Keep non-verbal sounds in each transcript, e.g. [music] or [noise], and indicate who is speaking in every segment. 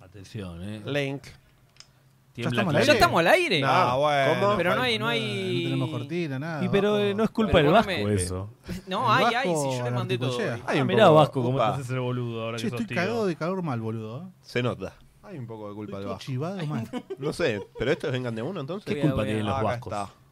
Speaker 1: Atención, eh.
Speaker 2: Link.
Speaker 1: Tiembla
Speaker 3: estamos
Speaker 1: aquí.
Speaker 3: al
Speaker 4: Ya estamos al aire.
Speaker 2: No,
Speaker 3: Ah,
Speaker 2: bueno.
Speaker 3: ¿cómo?
Speaker 4: pero no hay, no
Speaker 3: No
Speaker 4: hay.
Speaker 3: tenemos cortina, nada.
Speaker 1: Y pero eh, no es culpa
Speaker 4: Pero
Speaker 1: del Vasco
Speaker 4: poneme-
Speaker 1: eso.
Speaker 4: No,
Speaker 3: El
Speaker 4: hay, hay,
Speaker 3: Vasco
Speaker 4: si yo le
Speaker 3: al
Speaker 4: mandé todo.
Speaker 3: Anticochea.
Speaker 1: Ah,
Speaker 2: Hay un
Speaker 1: mirá,
Speaker 2: poco-
Speaker 1: Vasco, cómo
Speaker 2: Upa.
Speaker 1: te haces el boludo ahora
Speaker 3: Che,
Speaker 1: que sos
Speaker 3: estoy
Speaker 1: tío.
Speaker 3: cagado de calor mal, boludo. ¿eh?
Speaker 2: Se nota. Hay un poco de culpa del
Speaker 3: Estoy todo
Speaker 2: Vasco.
Speaker 3: chivado mal.
Speaker 1: [laughs]
Speaker 2: No sé, pero estos vengan de uno entonces.
Speaker 1: ¿Qué
Speaker 4: Voy a-
Speaker 1: culpa
Speaker 4: voy a-
Speaker 1: tienen los
Speaker 2: Ah, Acá
Speaker 1: vascos?
Speaker 2: está.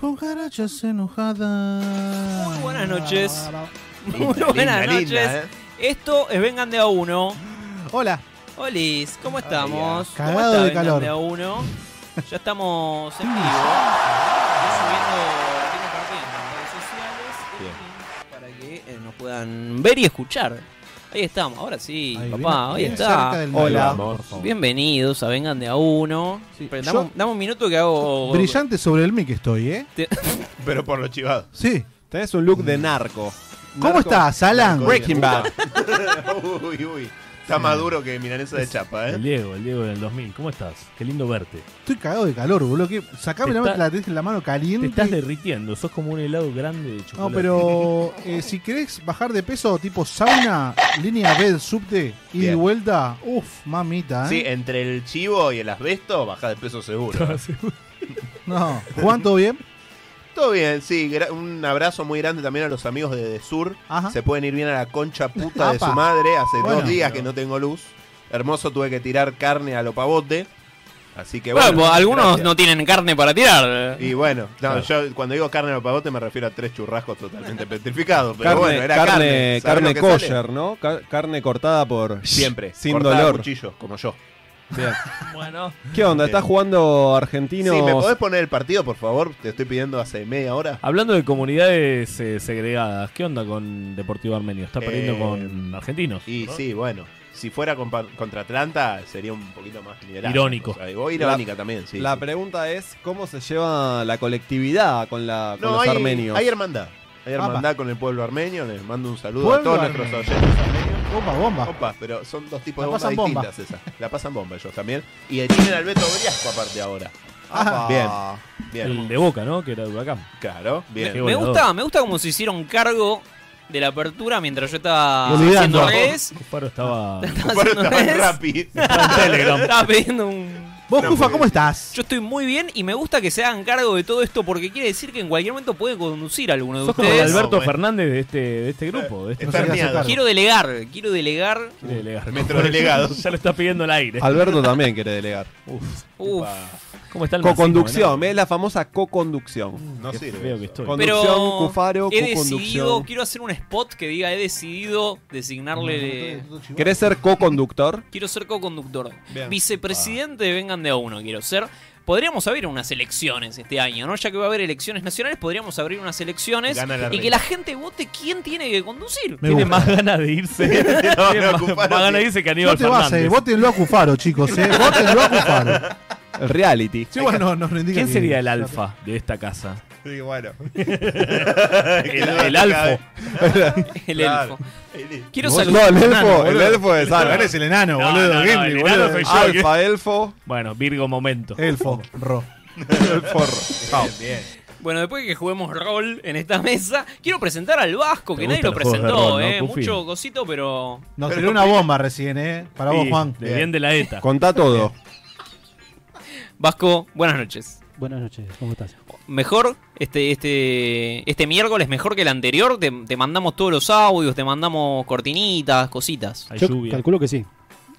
Speaker 3: Con garachas enojadas.
Speaker 4: Muy buenas noches. [laughs] Muy
Speaker 2: Linda,
Speaker 4: buenas
Speaker 2: linda,
Speaker 4: noches.
Speaker 2: linda, eh.
Speaker 4: Esto es Vengan de a uno.
Speaker 3: Hola.
Speaker 4: Olis, ¿cómo estamos? ¿Cómo
Speaker 3: Cagado
Speaker 4: está
Speaker 3: de
Speaker 4: Vengan
Speaker 3: calor.
Speaker 4: de a uno? Ya estamos en vivo. Estoy subiendo, estoy compartiendo en
Speaker 2: Bien.
Speaker 4: redes sociales el link para que eh, nos puedan ver y escuchar. Ahí estamos, ahora sí,
Speaker 3: Ahí,
Speaker 4: papá, ahí
Speaker 3: bien, bien cerca
Speaker 4: está.
Speaker 3: del
Speaker 2: Hola.
Speaker 3: micrófono, por favor.
Speaker 4: Bienvenidos a Vengan de a uno.
Speaker 3: Sí,
Speaker 4: Pero
Speaker 3: yo-
Speaker 4: dame, un- dame un minuto que hago.
Speaker 3: Brillante sobre el mic estoy, ¿eh?
Speaker 2: Pero por los chivados.
Speaker 3: Sí.
Speaker 2: Tenés un look de narco.
Speaker 3: ¿Cómo estás, Alan?
Speaker 2: Breaking Bad. [laughs] uy, uy. Está más duro que Milanesa de Chapa,
Speaker 1: El
Speaker 2: ¿eh?
Speaker 1: Diego, el Diego del 2000. ¿Cómo estás? Qué lindo verte.
Speaker 3: Estoy cagado de calor, boludo. que- Sacame
Speaker 1: Te
Speaker 3: la,
Speaker 1: está-
Speaker 3: la, tenés en la mano
Speaker 1: Te
Speaker 3: caliente.
Speaker 1: estás derritiendo. Sos como un helado grande de
Speaker 3: No,
Speaker 1: chocolate. [laughs]
Speaker 3: pero eh, si querés bajar de peso, tipo sauna, línea B del subte, y de
Speaker 2: Bien.
Speaker 3: vuelta, uff, mamita, ¿eh?
Speaker 2: Sí, entre el chivo y el asbesto, bajás de
Speaker 1: [laughs]
Speaker 2: peso seguro.
Speaker 3: No, Juan, ¿todo bien?
Speaker 2: Todo bien, sí. gra- Un abrazo muy grande también a los amigos de, de Sur.
Speaker 3: Ajá.
Speaker 2: Se pueden ir bien a la concha puta de
Speaker 3: Apa.
Speaker 2: su madre. Hace
Speaker 3: Bueno.
Speaker 2: dos días que no tengo luz. Hermoso, tuve que tirar carne a lo pavote. Así que
Speaker 4: Bueno,
Speaker 2: bueno.
Speaker 4: pues algunos
Speaker 2: gracias.
Speaker 4: no tienen carne para tirar.
Speaker 2: Y bueno,
Speaker 1: Claro.
Speaker 2: no, yo cuando digo carne a lo pavote me refiero a tres churrascos totalmente petrificados. Pero
Speaker 5: carne,
Speaker 2: bueno, era
Speaker 5: carne,
Speaker 2: carne. ¿Sabés
Speaker 5: carne
Speaker 2: lo que sale?
Speaker 5: kosher, ¿no? Ca- carne cortada por
Speaker 2: Siempre.
Speaker 5: sin
Speaker 2: cortada a
Speaker 5: dolor.
Speaker 2: cuchillo, como yo.
Speaker 5: Bien.
Speaker 1: Bueno,
Speaker 5: ¿Qué onda? ¿Estás jugando argentino?
Speaker 2: Sí, ¿me podés poner el partido, por favor? Te estoy pidiendo hace media hora.
Speaker 1: hablando de comunidades eh, segregadas, ¿qué onda con Deportivo Armenio? Está perdiendo
Speaker 2: Eh,
Speaker 1: con argentinos.
Speaker 2: Y
Speaker 1: ¿no?
Speaker 2: sí, bueno. Si fuera con pa- contra Atlanta, sería un poquito más liberal.
Speaker 1: Irónico.
Speaker 2: O sea, o irónica también, sí.
Speaker 5: La
Speaker 2: sí.
Speaker 5: pregunta es cómo se lleva la colectividad con, la, con
Speaker 2: No,
Speaker 5: los
Speaker 2: hay,
Speaker 5: armenios.
Speaker 2: hay hermandad. Hay
Speaker 3: Apa.
Speaker 2: hermandad con el pueblo armenio. Les mando un saludo a
Speaker 3: Pueblo
Speaker 2: todos
Speaker 3: armenio.
Speaker 2: nuestros oyentes armenios.
Speaker 3: Bomba, bomba.
Speaker 2: Opa, pero son dos tipos de
Speaker 3: La
Speaker 2: bombas
Speaker 3: pasan bomba.
Speaker 2: distintas esas. La pasan bomba ellos también. Y tienen al Beto Briasco aparte ahora.
Speaker 5: Ah,
Speaker 2: Bien,
Speaker 1: El de Boca, ¿no? Que era de Huracán.
Speaker 2: claro, bien.
Speaker 1: Qué
Speaker 4: me
Speaker 1: goleador.
Speaker 4: gusta, me gusta como se hicieron cargo de la apertura mientras yo estaba
Speaker 3: Olvidando.
Speaker 4: haciendo redes.
Speaker 1: Cufaro estaba.
Speaker 2: [laughs]
Speaker 4: Estaba
Speaker 2: Bueno,
Speaker 4: haciendo
Speaker 2: estaba en
Speaker 4: redes.
Speaker 1: [laughs]
Speaker 2: Rappi.
Speaker 4: Estaba pidiendo un.
Speaker 3: Vos,
Speaker 2: No,
Speaker 3: Cufa,
Speaker 2: porque-
Speaker 3: ¿cómo estás?
Speaker 4: Yo estoy muy bien y me gusta que se hagan cargo de todo esto porque quiere decir que en cualquier momento puede conducir alguno de
Speaker 1: Sos como el
Speaker 4: ustedes.
Speaker 2: Albert-
Speaker 1: Alberto
Speaker 2: No, bueno.
Speaker 1: Fernández de este, de este grupo. De este
Speaker 3: No se hace
Speaker 2: Ferniado.
Speaker 3: cargo.
Speaker 4: Quiero delegar, quiero delegar.
Speaker 1: Quiere delegar.
Speaker 2: Metro delegado.
Speaker 1: [laughs] ya lo está pidiendo al aire.
Speaker 5: Alberto también quiere delegar.
Speaker 4: [laughs]
Speaker 1: Uf,
Speaker 4: Uf,
Speaker 1: ¿Cómo está el
Speaker 5: Coconducción,
Speaker 1: nazismo,
Speaker 5: es la famosa coconducción.
Speaker 2: No
Speaker 1: Qué
Speaker 2: sirve.
Speaker 1: feo
Speaker 2: eso.
Speaker 1: que estoy.
Speaker 5: Conducción,
Speaker 4: Pero
Speaker 5: Cufaro,
Speaker 4: he decidido,
Speaker 5: coconducción.
Speaker 4: quiero hacer un spot que diga he decidido designarle.
Speaker 5: ¿Querés ser coconductor?
Speaker 4: Quiero ser co-conductor.
Speaker 5: Bien.
Speaker 4: Vicepresidente de Vengan de a uno quiero ser. Podríamos abrir unas elecciones este año, ¿no? Ya que va a haber elecciones nacionales, podríamos abrir unas elecciones
Speaker 2: Gana la
Speaker 4: y
Speaker 2: reta.
Speaker 4: que la gente vote quién tiene que conducir.
Speaker 3: Me
Speaker 1: Tiene
Speaker 3: gusta.
Speaker 1: más ganas de
Speaker 2: [laughs]
Speaker 1: irse.
Speaker 2: No,
Speaker 1: Tiene
Speaker 2: no,
Speaker 1: más,
Speaker 2: Cufaro
Speaker 1: más ganas de
Speaker 2: sí.
Speaker 1: irse que
Speaker 3: No
Speaker 1: Aníbal
Speaker 3: te vas, eh.
Speaker 1: Fernández.
Speaker 3: Vótenlo a Cufaro, chicos, eh. Vótenlo a Cufaro.
Speaker 5: El reality.
Speaker 3: Sí, bueno, nos rendí
Speaker 1: ¿Quién sería el alfa de esta casa? [laughs]
Speaker 2: Sí, bueno. [laughs] eh.
Speaker 1: El, el alfo.
Speaker 4: [laughs] El
Speaker 2: Claro.
Speaker 4: elfo.
Speaker 2: El-
Speaker 4: Quiero
Speaker 5: no,
Speaker 4: saludar. ¿eh?
Speaker 5: el elfo, el elfo es
Speaker 3: Ah,
Speaker 5: alfa.
Speaker 3: eres el enano,
Speaker 1: No, no,
Speaker 3: boludo.
Speaker 1: no,
Speaker 3: Gimli,
Speaker 1: el enano
Speaker 3: boludo.
Speaker 1: soy yo.
Speaker 5: Alfa, elfo,
Speaker 1: Bueno, Virgo momento.
Speaker 3: Elfo, ro.
Speaker 5: el forro. Chao.
Speaker 2: Bien.
Speaker 4: Bueno, después que juguemos rol en esta mesa, quiero presentar al Vasco,
Speaker 1: Te
Speaker 4: que nadie
Speaker 1: gustan
Speaker 4: lo
Speaker 1: los juegos de
Speaker 4: presentó,
Speaker 1: rol, ¿no,
Speaker 4: ¿eh?
Speaker 1: Puffy?
Speaker 4: Mucho cosito, pero.
Speaker 3: Nos
Speaker 2: Pero
Speaker 3: tiró una bomba recién, eh. Para vos,
Speaker 1: Sí,
Speaker 3: Juan.
Speaker 1: De bien de la ETA.
Speaker 5: Contá todo.
Speaker 4: Vasco, buenas noches.
Speaker 6: Buenas noches, ¿cómo estás?
Speaker 4: Mejor, este, este, este miércoles mejor que el anterior, te, te mandamos todos los audios, te mandamos cortinitas, cositas.
Speaker 1: Hay
Speaker 6: Yo
Speaker 1: lluvia.
Speaker 6: calculo que sí.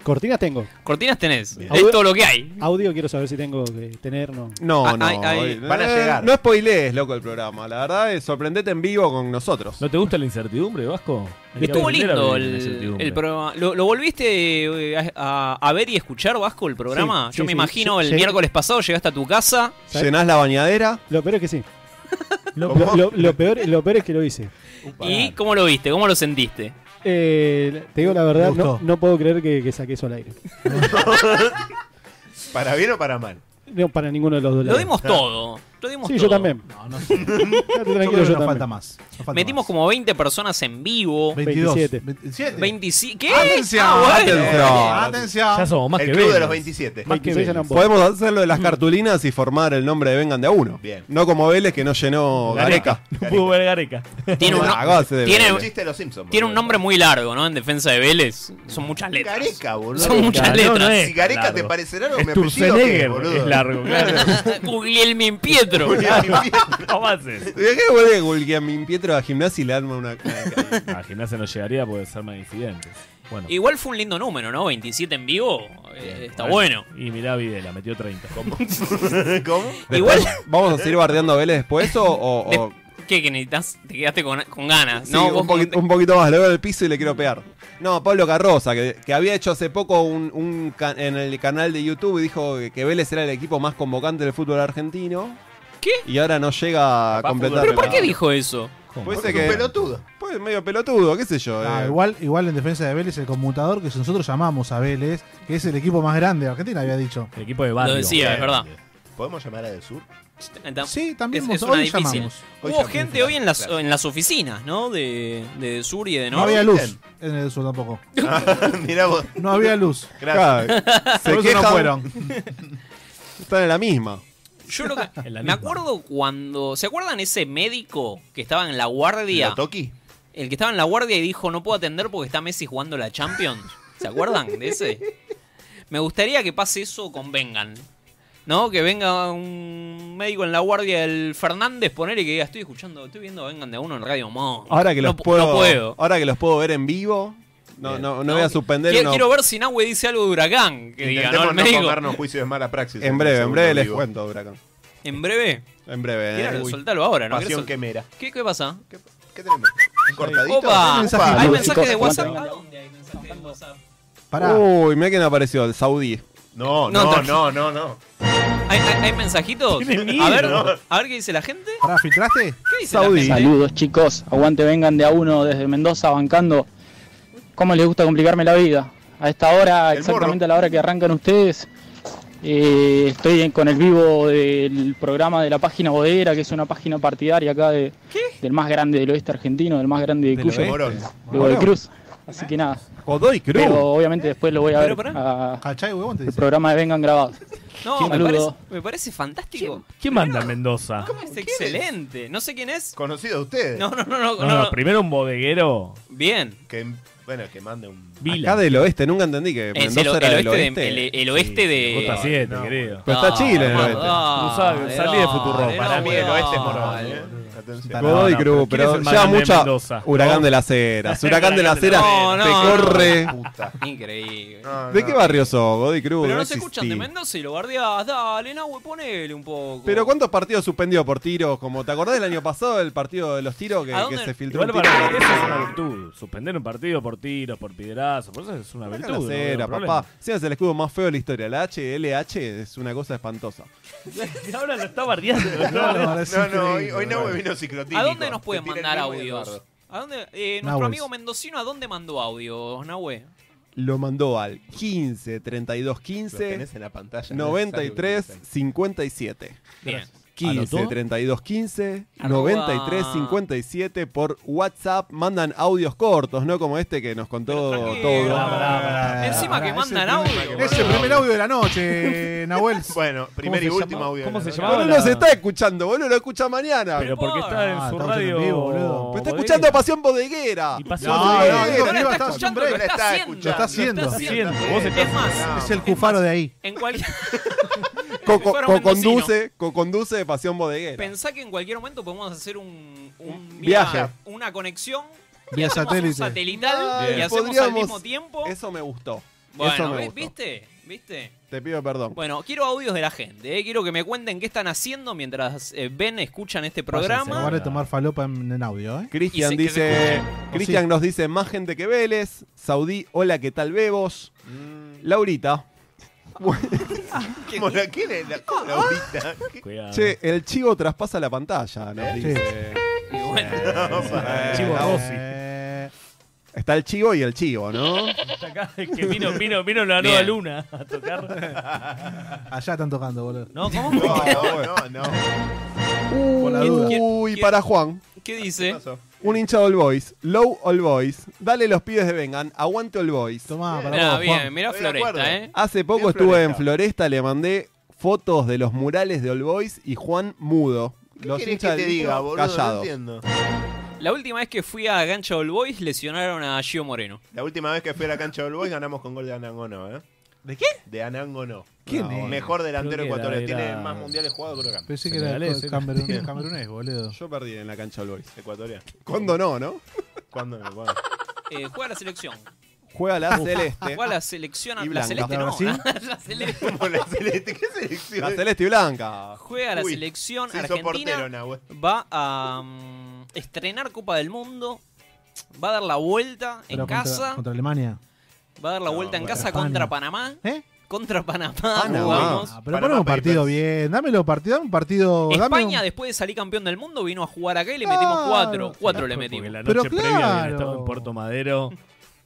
Speaker 6: Cortinas tengo.
Speaker 4: Cortinas tenés.
Speaker 2: Bien.
Speaker 4: Es todo lo que hay.
Speaker 6: Audio quiero saber si tengo que tener, no.
Speaker 5: No,
Speaker 4: Ah,
Speaker 5: no.
Speaker 4: ahí- ahí.
Speaker 2: Van a
Speaker 5: eh,
Speaker 2: llegar.
Speaker 5: No spoilees, loco, el programa. La verdad es sorprendete en vivo con nosotros.
Speaker 1: ¿No te gusta la incertidumbre, Vasco? El día
Speaker 4: Estuvo
Speaker 1: de primera
Speaker 4: lindo
Speaker 1: viene la
Speaker 4: el,
Speaker 1: incertidumbre.
Speaker 4: el programa. ¿Lo, lo volviste eh, a, a- a ver y escuchar, Vasco, el programa?
Speaker 6: Sí,
Speaker 4: Yo
Speaker 6: sí,
Speaker 4: me
Speaker 6: sí.
Speaker 4: imagino
Speaker 6: Lle-
Speaker 4: el
Speaker 6: llegué-
Speaker 4: miércoles pasado llegaste a tu casa.
Speaker 6: ¿Sabes?
Speaker 5: Llenás la bañadera.
Speaker 6: Lo peor es
Speaker 3: [laughs]
Speaker 6: que sí. Lo,
Speaker 2: ¿Cómo?
Speaker 6: lo- lo peor, lo peor es que lo hice.
Speaker 4: ¿Y cómo lo viste? ¿Cómo lo sentiste?
Speaker 6: Eh, te digo la verdad,
Speaker 3: Me
Speaker 6: no,
Speaker 3: gustó.
Speaker 6: no puedo creer que, que saqué eso al aire.
Speaker 2: ¿Para bien o para mal?
Speaker 6: No, para ninguno de los dos.
Speaker 4: Lo
Speaker 6: lados.
Speaker 4: dimos todo. Lo dimos
Speaker 6: Ah. Sí,
Speaker 4: todo.
Speaker 6: yo también.
Speaker 3: No, no sé. Yo
Speaker 6: [laughs] Quédate
Speaker 3: creo que
Speaker 6: tranquilo,
Speaker 3: nos
Speaker 6: yo,
Speaker 3: falta
Speaker 6: también.
Speaker 3: más. nos falta
Speaker 4: Metimos
Speaker 3: más.
Speaker 4: como 20 personas en vivo.
Speaker 3: 22.
Speaker 6: 27.
Speaker 3: 27.
Speaker 4: 27. ¿Qué?
Speaker 3: Atención,
Speaker 4: Ah, bueno.
Speaker 5: atención.
Speaker 3: Atención.
Speaker 1: Ya somos más
Speaker 2: el
Speaker 1: que
Speaker 2: club de
Speaker 1: Venus.
Speaker 2: los 27.
Speaker 1: Más que
Speaker 6: 26 ya
Speaker 1: Venus.
Speaker 6: no-
Speaker 5: Podemos hacerlo de las cartulinas y formar el nombre de Vengan de a uno.
Speaker 2: Bien.
Speaker 5: No como Vélez que no llenó Gareca.
Speaker 1: No [laughs] pudo ver Gareca.
Speaker 4: Tiene un, no-
Speaker 5: Ah, cagó, se debe.
Speaker 4: tiene-
Speaker 2: Es un chiste de los Simpsons.
Speaker 4: tiene un
Speaker 2: boludo.
Speaker 4: nombre muy largo, ¿no? En defensa de Vélez. Son muchas letras.
Speaker 2: Gareca, boludo.
Speaker 4: Son muchas
Speaker 1: No,
Speaker 4: letras.
Speaker 1: no
Speaker 2: Si Gareca
Speaker 1: largo.
Speaker 2: te parecerá algo,
Speaker 1: Es
Speaker 2: me apellido que,
Speaker 1: Turcenegger,
Speaker 2: boludo.
Speaker 1: es
Speaker 2: [laughs]
Speaker 1: largo. Claro.
Speaker 4: [laughs] Guglielmin Pietro.
Speaker 5: [laughs]
Speaker 1: No pases.
Speaker 5: ¿De qué vuelve Gulgiamin Pietro a gimnasia y le arma una.
Speaker 1: A gimnasia no llegaría porque ser más incidentes. Bueno.
Speaker 4: Igual fue un lindo número, ¿no? 27 en vivo. eh, está bueno.
Speaker 1: Y mirá Videla, metió 30.
Speaker 2: ¿Cómo?
Speaker 4: Igual. [laughs]
Speaker 5: ¿Vamos a seguir bardeando a Vélez después o.? o- o-
Speaker 4: ¿Qué? ¿Que necesitas? Te quedaste con, con ganas.
Speaker 5: Sí,
Speaker 4: no,
Speaker 5: un,
Speaker 4: vos
Speaker 5: poquito, un poquito más, lo veo en el piso y le quiero pegar. No, Pablo Carroza, que, que había hecho hace poco un, un ca- en el canal de YouTube y dijo que- que Vélez era el equipo más convocante del fútbol argentino.
Speaker 4: ¿Qué?
Speaker 5: Y ahora no llega a
Speaker 2: Capaz
Speaker 5: completar.
Speaker 4: ¿Pero por
Speaker 5: la-
Speaker 4: qué dijo eso?
Speaker 5: Puede
Speaker 2: Porque
Speaker 5: ser
Speaker 2: es un
Speaker 5: que.
Speaker 2: pelotudo.
Speaker 5: Pues medio pelotudo, qué sé yo.
Speaker 3: Ah,
Speaker 5: eh.
Speaker 3: igual, igual en defensa de Vélez, el conmutador que nosotros llamamos a Vélez, que es el equipo más grande de Argentina, había dicho.
Speaker 1: El equipo de barrio.
Speaker 4: Lo decía, es verdad.
Speaker 2: ¿Podemos llamar a del sur? [laughs]
Speaker 4: Está-
Speaker 3: Sí, también
Speaker 4: Es-
Speaker 3: nos-
Speaker 4: es una
Speaker 3: hoy
Speaker 4: difícil.
Speaker 3: llamamos.
Speaker 2: Hoy
Speaker 4: Hubo
Speaker 2: ya-
Speaker 4: gente hoy en las,
Speaker 2: Claro.
Speaker 4: en las oficinas, ¿no? De, de Sur y de
Speaker 3: No,
Speaker 4: Norte.
Speaker 3: había luz
Speaker 2: Bien.
Speaker 3: en el sur tampoco.
Speaker 2: Mirá vos.
Speaker 3: No había luz.
Speaker 2: Gracias.
Speaker 5: se
Speaker 3: Por eso no
Speaker 5: quejan,
Speaker 3: fueron.
Speaker 5: Están en la misma.
Speaker 4: Yo lo que-
Speaker 3: [laughs]
Speaker 1: En la
Speaker 4: me
Speaker 1: misma.
Speaker 4: acuerdo cuando. ¿Se acuerdan ese médico que estaba en la guardia?
Speaker 2: ¿Lo toqui?
Speaker 4: El que estaba en la guardia y dijo no puedo atender porque está Messi jugando la Champions. ¿Se acuerdan de ese? Me gustaría que pase eso con Vengan. ¿No? Que venga un médico en la guardia del Fernández, poner y que diga, estoy escuchando, estoy viendo Vengan de a uno en Radio Monk.
Speaker 5: Ahora que
Speaker 4: No
Speaker 5: los
Speaker 4: pu-
Speaker 5: puedo,
Speaker 4: No puedo.
Speaker 5: Ahora que los puedo ver en vivo. No, no, no, voy a suspender
Speaker 4: Quiero,
Speaker 5: uno-
Speaker 4: quiero ver si Nahue dice algo de Huracán. Que diga, ¿no?
Speaker 2: Intentemos
Speaker 4: El
Speaker 2: no
Speaker 4: médico.
Speaker 2: comernos juicios de mala praxis. este
Speaker 5: En breve, en breve les
Speaker 2: vivo.
Speaker 5: cuento, Huracán.
Speaker 4: En breve.
Speaker 5: En breve, eh.
Speaker 4: Tiralo,
Speaker 5: Uy.
Speaker 4: soltalo ahora, ¿no?
Speaker 2: Pasión
Speaker 4: ¿Querés sol-
Speaker 2: quemera.
Speaker 4: ¿Qué, ¿Qué pasa?
Speaker 2: ¿Qué, qué tenemos? ¿Un cortadito?
Speaker 4: Opa,
Speaker 3: mensaje?
Speaker 4: ¿hay
Speaker 3: Chicos,
Speaker 4: mensajes de
Speaker 6: aguante,
Speaker 4: WhatsApp? ¿A
Speaker 6: aguante.
Speaker 4: dónde hay mensajes de WhatsApp?
Speaker 3: Pará.
Speaker 5: Uy, mira quién apareció, el saudí.
Speaker 2: No,
Speaker 4: No,
Speaker 2: no,
Speaker 4: tranqui-
Speaker 2: no, no, no.
Speaker 4: ¿Hay, hay- hay mensajitos?
Speaker 1: Tiene miedo.
Speaker 4: A ver, a ver qué dice la gente.
Speaker 3: Pará, ¿filtraste?
Speaker 4: ¿Qué dice
Speaker 5: Saudí.
Speaker 4: la gente?
Speaker 7: Saludos chicos, aguante vengan de a uno desde Mendoza bancando. ¿Cómo les gusta complicarme la vida? A esta hora,
Speaker 2: El
Speaker 7: exactamente a la hora que arrancan ustedes, eh, estoy en- con el vivo del programa de la página Bodeguera, que es una página partidaria acá de, del más grande del oeste argentino, del más grande de
Speaker 5: Del
Speaker 7: Cuyo,
Speaker 5: oeste.
Speaker 2: Morón.
Speaker 7: de Godoy Cruz. Así que nada,
Speaker 5: Godoy Cruz.
Speaker 7: pero obviamente después lo voy a
Speaker 4: Pero
Speaker 7: ver
Speaker 4: pará.
Speaker 7: a-
Speaker 3: Cachai, huevón, te
Speaker 7: el
Speaker 3: dice.
Speaker 7: programa de Vengan grabado.
Speaker 4: No, me
Speaker 7: Saludos.
Speaker 4: parece, me parece fantástico. Ah.
Speaker 1: ¿Quién manda a Mendoza?
Speaker 4: Es excelente. No sé quién es.
Speaker 2: Conocido de ustedes.
Speaker 4: No, no, no,
Speaker 1: No,
Speaker 4: no. no,
Speaker 1: no,
Speaker 4: no.
Speaker 1: primero un bodeguero.
Speaker 4: Bien.
Speaker 2: Que, bueno, que mande un...
Speaker 1: Vila.
Speaker 5: Acá del oeste, nunca entendí que
Speaker 4: Es
Speaker 5: Mendoza
Speaker 4: el, el
Speaker 5: era del
Speaker 4: oeste
Speaker 5: oeste.
Speaker 4: de. El, el oeste de.
Speaker 1: Cota 7,
Speaker 2: no.
Speaker 1: querido.
Speaker 5: Pero está
Speaker 4: No,
Speaker 5: Chile en el
Speaker 4: hermano,
Speaker 5: oeste.
Speaker 4: dale,
Speaker 1: Cruzá- salí de Futurock.
Speaker 4: dale,
Speaker 2: Para mí el
Speaker 4: dale.
Speaker 2: oeste es Morón. ¿eh? Atención.
Speaker 3: No,
Speaker 5: Godoy
Speaker 1: no,
Speaker 5: Cruz,
Speaker 1: pero ¿quién es
Speaker 5: pero
Speaker 1: el más
Speaker 5: lleva
Speaker 1: grande de
Speaker 5: mucha.
Speaker 1: Mendoza?
Speaker 5: Huracán
Speaker 1: No.
Speaker 5: de
Speaker 1: [laughs]
Speaker 5: las Heras. Huracán de las
Speaker 1: Huracán de
Speaker 5: Heras.
Speaker 1: las
Speaker 4: No, no,
Speaker 5: te
Speaker 4: no.
Speaker 5: corre.
Speaker 2: Puta.
Speaker 4: Increíble.
Speaker 2: No,
Speaker 5: ¿De
Speaker 2: no.
Speaker 5: qué barrio sos, Godoy Cruz?
Speaker 4: Pero no se escuchan de
Speaker 5: existí.
Speaker 4: Mendoza y lo guardiás. Dale, Nahue, ponele un poco.
Speaker 5: Pero ¿cuántos partidos suspendidos por tiros? Como te acordás del año pasado del partido de los tiros que,
Speaker 4: ¿A dónde?
Speaker 5: que se filtró
Speaker 1: Igual
Speaker 5: un
Speaker 1: para mí
Speaker 5: tiro.
Speaker 1: eso es una virtud. Suspender un partido por tiros, por piedrazos, por eso es una
Speaker 5: Acá
Speaker 1: virtud.
Speaker 5: en
Speaker 1: no
Speaker 5: la
Speaker 1: veo
Speaker 5: acera,
Speaker 1: problema.
Speaker 5: papá. Sí, es el escudo más feo de la historia. La HLH es una cosa espantosa.
Speaker 1: Ahora lo está [laughs] bardeando. lo está
Speaker 3: No,
Speaker 1: bardeando.
Speaker 3: no, es
Speaker 2: No, no, hoy,
Speaker 3: increíble,
Speaker 2: hoy no
Speaker 3: boludo.
Speaker 2: me vino ciclotímico.
Speaker 4: ¿A dónde nos pueden
Speaker 2: Te tira
Speaker 4: mandar
Speaker 2: el mismo y
Speaker 4: audios?
Speaker 2: Eduardo.
Speaker 4: ¿A dónde, eh, nuestro
Speaker 3: Nahues.
Speaker 4: amigo mendocino, ¿a dónde mandó audios, Nahue?
Speaker 5: Lo mandó al 15 32
Speaker 2: Lo
Speaker 5: 15
Speaker 2: tenés en la pantalla. ¿no?
Speaker 5: 93
Speaker 2: Salud, Vicente.
Speaker 5: 57.
Speaker 4: Bien.
Speaker 5: 15
Speaker 1: ¿Anotó?
Speaker 5: 32 15
Speaker 4: Arroba.
Speaker 5: 93 57 por WhatsApp. Mandan audios cortos, no como este que nos contó
Speaker 4: Pero tranquilo.
Speaker 5: todo.
Speaker 1: Pará, pará, pará.
Speaker 4: Encima
Speaker 3: pará,
Speaker 4: que
Speaker 3: ese
Speaker 4: mandan
Speaker 3: primer-
Speaker 4: audio.
Speaker 2: que
Speaker 3: Es
Speaker 2: mandan
Speaker 3: el primer
Speaker 2: audio.
Speaker 3: audio de la noche, Nahuel.
Speaker 2: Bueno, primer
Speaker 1: se
Speaker 2: y último
Speaker 1: llama-
Speaker 2: audio.
Speaker 1: cómo se
Speaker 2: ¿no?
Speaker 1: llama?
Speaker 5: Pero no
Speaker 1: Hola.
Speaker 5: nos está escuchando, boludo, lo escucha mañana. Pero,
Speaker 1: Pero porque está en
Speaker 3: Ah,
Speaker 1: su
Speaker 3: estamos en
Speaker 1: radio.
Speaker 3: vivo, boludo.
Speaker 5: pero está
Speaker 1: bodeguera.
Speaker 5: escuchando eh. Pasión Bodeguera.
Speaker 1: Y Pasión
Speaker 3: No,
Speaker 1: Bodeguera.
Speaker 3: no, digo,
Speaker 4: Pero
Speaker 3: Niva
Speaker 4: está
Speaker 3: está haciendo un
Speaker 4: escuchando,
Speaker 3: break.
Speaker 4: lo
Speaker 2: Lo
Speaker 4: está
Speaker 2: está escuchando.
Speaker 4: haciendo.
Speaker 3: Lo está
Speaker 4: Lo está
Speaker 1: haciendo.
Speaker 4: haciendo.
Speaker 1: Vos estás-
Speaker 4: Es más,
Speaker 3: Es el cufaro de ahí.
Speaker 4: en cualquier...
Speaker 5: Co-
Speaker 4: Si fuera un
Speaker 5: co- Conduce,
Speaker 4: mendocino.
Speaker 5: co- conduce Pasión
Speaker 4: [laughs]
Speaker 5: Bodeguera.
Speaker 4: Pensá que en cualquier momento podemos hacer un, un
Speaker 5: Viaje.
Speaker 4: vía- una conexión.
Speaker 3: Vía
Speaker 4: hacemos un
Speaker 3: satélite.
Speaker 4: satelital
Speaker 5: Ay,
Speaker 4: y hacemos al
Speaker 5: podríamos-
Speaker 4: mismo tiempo.
Speaker 5: Eso me gustó. Eso
Speaker 4: Bueno,
Speaker 5: me
Speaker 4: ¿vi-
Speaker 5: gustó.
Speaker 4: ¿viste? ¿Viste?
Speaker 5: Te pido perdón.
Speaker 4: Bueno, quiero audios de la gente. eh. Quiero que me cuenten qué están haciendo mientras eh, ven, escuchan este programa.
Speaker 3: Acabar de tomar falopa en, en audio, ¿eh?
Speaker 5: Cristian
Speaker 4: Y se- que se
Speaker 5: dice.
Speaker 3: escuche.
Speaker 5: Cristian
Speaker 3: Sí.
Speaker 5: nos dice más gente que Vélez. Saudí, hola, ¿qué tal Bebos?
Speaker 4: Mm.
Speaker 5: Laurita.
Speaker 2: Bueno, ¿quién es la cobra ahorita? ¿Qué-
Speaker 1: Cuidado.
Speaker 5: Che, el chivo traspasa la pantalla, nos
Speaker 3: Sí.
Speaker 5: dice.
Speaker 4: Y
Speaker 5: [laughs]
Speaker 4: bueno,
Speaker 5: Eh,
Speaker 1: Chivo
Speaker 5: la-
Speaker 1: Rossi.
Speaker 3: Eh,
Speaker 5: Está el chivo y el chivo, ¿no?
Speaker 1: Acá es que vino, vino, vino la nueva
Speaker 4: Bien.
Speaker 1: luna a tocar.
Speaker 3: allá están tocando, boludo.
Speaker 1: ¿No? ¿Cómo?
Speaker 2: No, no, no.
Speaker 3: Por la duda.
Speaker 5: Uy, para Juan.
Speaker 4: ¿qué dice?
Speaker 5: Un hincha de All Boys. Low All Boys. Dale los pibes de vengan. Aguante All Boys.
Speaker 3: Tomá, para
Speaker 4: Mirá,
Speaker 3: vos, Juan.
Speaker 4: bien, mirá
Speaker 2: Estoy de
Speaker 4: Floresta,
Speaker 2: acuerdo.
Speaker 4: ¿eh?
Speaker 5: Hace poco
Speaker 2: Bien,
Speaker 5: estuve
Speaker 2: Floresta.
Speaker 5: en Floresta, le mandé fotos de los murales de All Boys y Juan mudo.
Speaker 2: ¿Qué
Speaker 5: Los
Speaker 2: querés
Speaker 5: hinchas
Speaker 2: que te
Speaker 5: del
Speaker 2: diga,
Speaker 5: Inter,
Speaker 2: boludo? No
Speaker 5: callado.
Speaker 2: entiendo.
Speaker 4: La última vez que fui a Gancha All Boys lesionaron a Gio Moreno.
Speaker 2: La última vez que fui a la cancha del Boy ganamos con gol de Anangono, ¿eh?
Speaker 5: ¿De qué?
Speaker 2: De Anangono.
Speaker 5: ¿Quién es?
Speaker 2: Mejor delantero
Speaker 1: Creo que
Speaker 2: ecuatoriano.
Speaker 1: era-
Speaker 2: Tiene más mundiales jugados, creo que
Speaker 3: Pensé que era
Speaker 1: Senegalés, ¿eh?
Speaker 3: camerunés, camerunés, boludo.
Speaker 5: Yo perdí en la cancha All Boys.
Speaker 2: ecuatoriano.
Speaker 5: ¿Cuándo no, no?
Speaker 2: ¿Cuándo me bueno.
Speaker 4: Eh, juega la selección.
Speaker 5: Juega la
Speaker 4: [laughs]
Speaker 5: celeste.
Speaker 4: Juega la selección.
Speaker 5: Y
Speaker 4: La
Speaker 5: blanca.
Speaker 4: celeste
Speaker 3: ¿La
Speaker 4: no.
Speaker 3: Brasil?
Speaker 4: [laughs] La celeste.
Speaker 2: Como la celeste, este? ¿qué selección?
Speaker 5: La celeste y blanca.
Speaker 4: Juega la
Speaker 2: Uy,
Speaker 4: selección
Speaker 2: Se hizo portero,
Speaker 4: argentina.
Speaker 2: Nahuel.
Speaker 4: Va a mm, estrenar Copa del Mundo. Va a dar la vuelta en
Speaker 3: Pero contra-
Speaker 4: casa.
Speaker 3: Contra Alemania.
Speaker 4: Va a dar la vuelta en casa
Speaker 3: España.
Speaker 4: contra Panamá.
Speaker 3: ¿Eh?
Speaker 4: Contra Panamá
Speaker 5: Panamá.
Speaker 4: jugamos.
Speaker 3: Ah, pero
Speaker 2: Panamá
Speaker 3: ponme un partido
Speaker 2: Papers.
Speaker 3: bien. Dámelo, partido, dame un partido. Oh, dame un-
Speaker 4: España, después de salir campeón del mundo, vino a jugar acá y le metimos
Speaker 3: Claro.
Speaker 4: cuatro. Cuatro le
Speaker 1: Porque
Speaker 4: metimos.
Speaker 1: la noche
Speaker 3: Pero
Speaker 1: previa habían
Speaker 3: claro.
Speaker 1: estado en Puerto Madero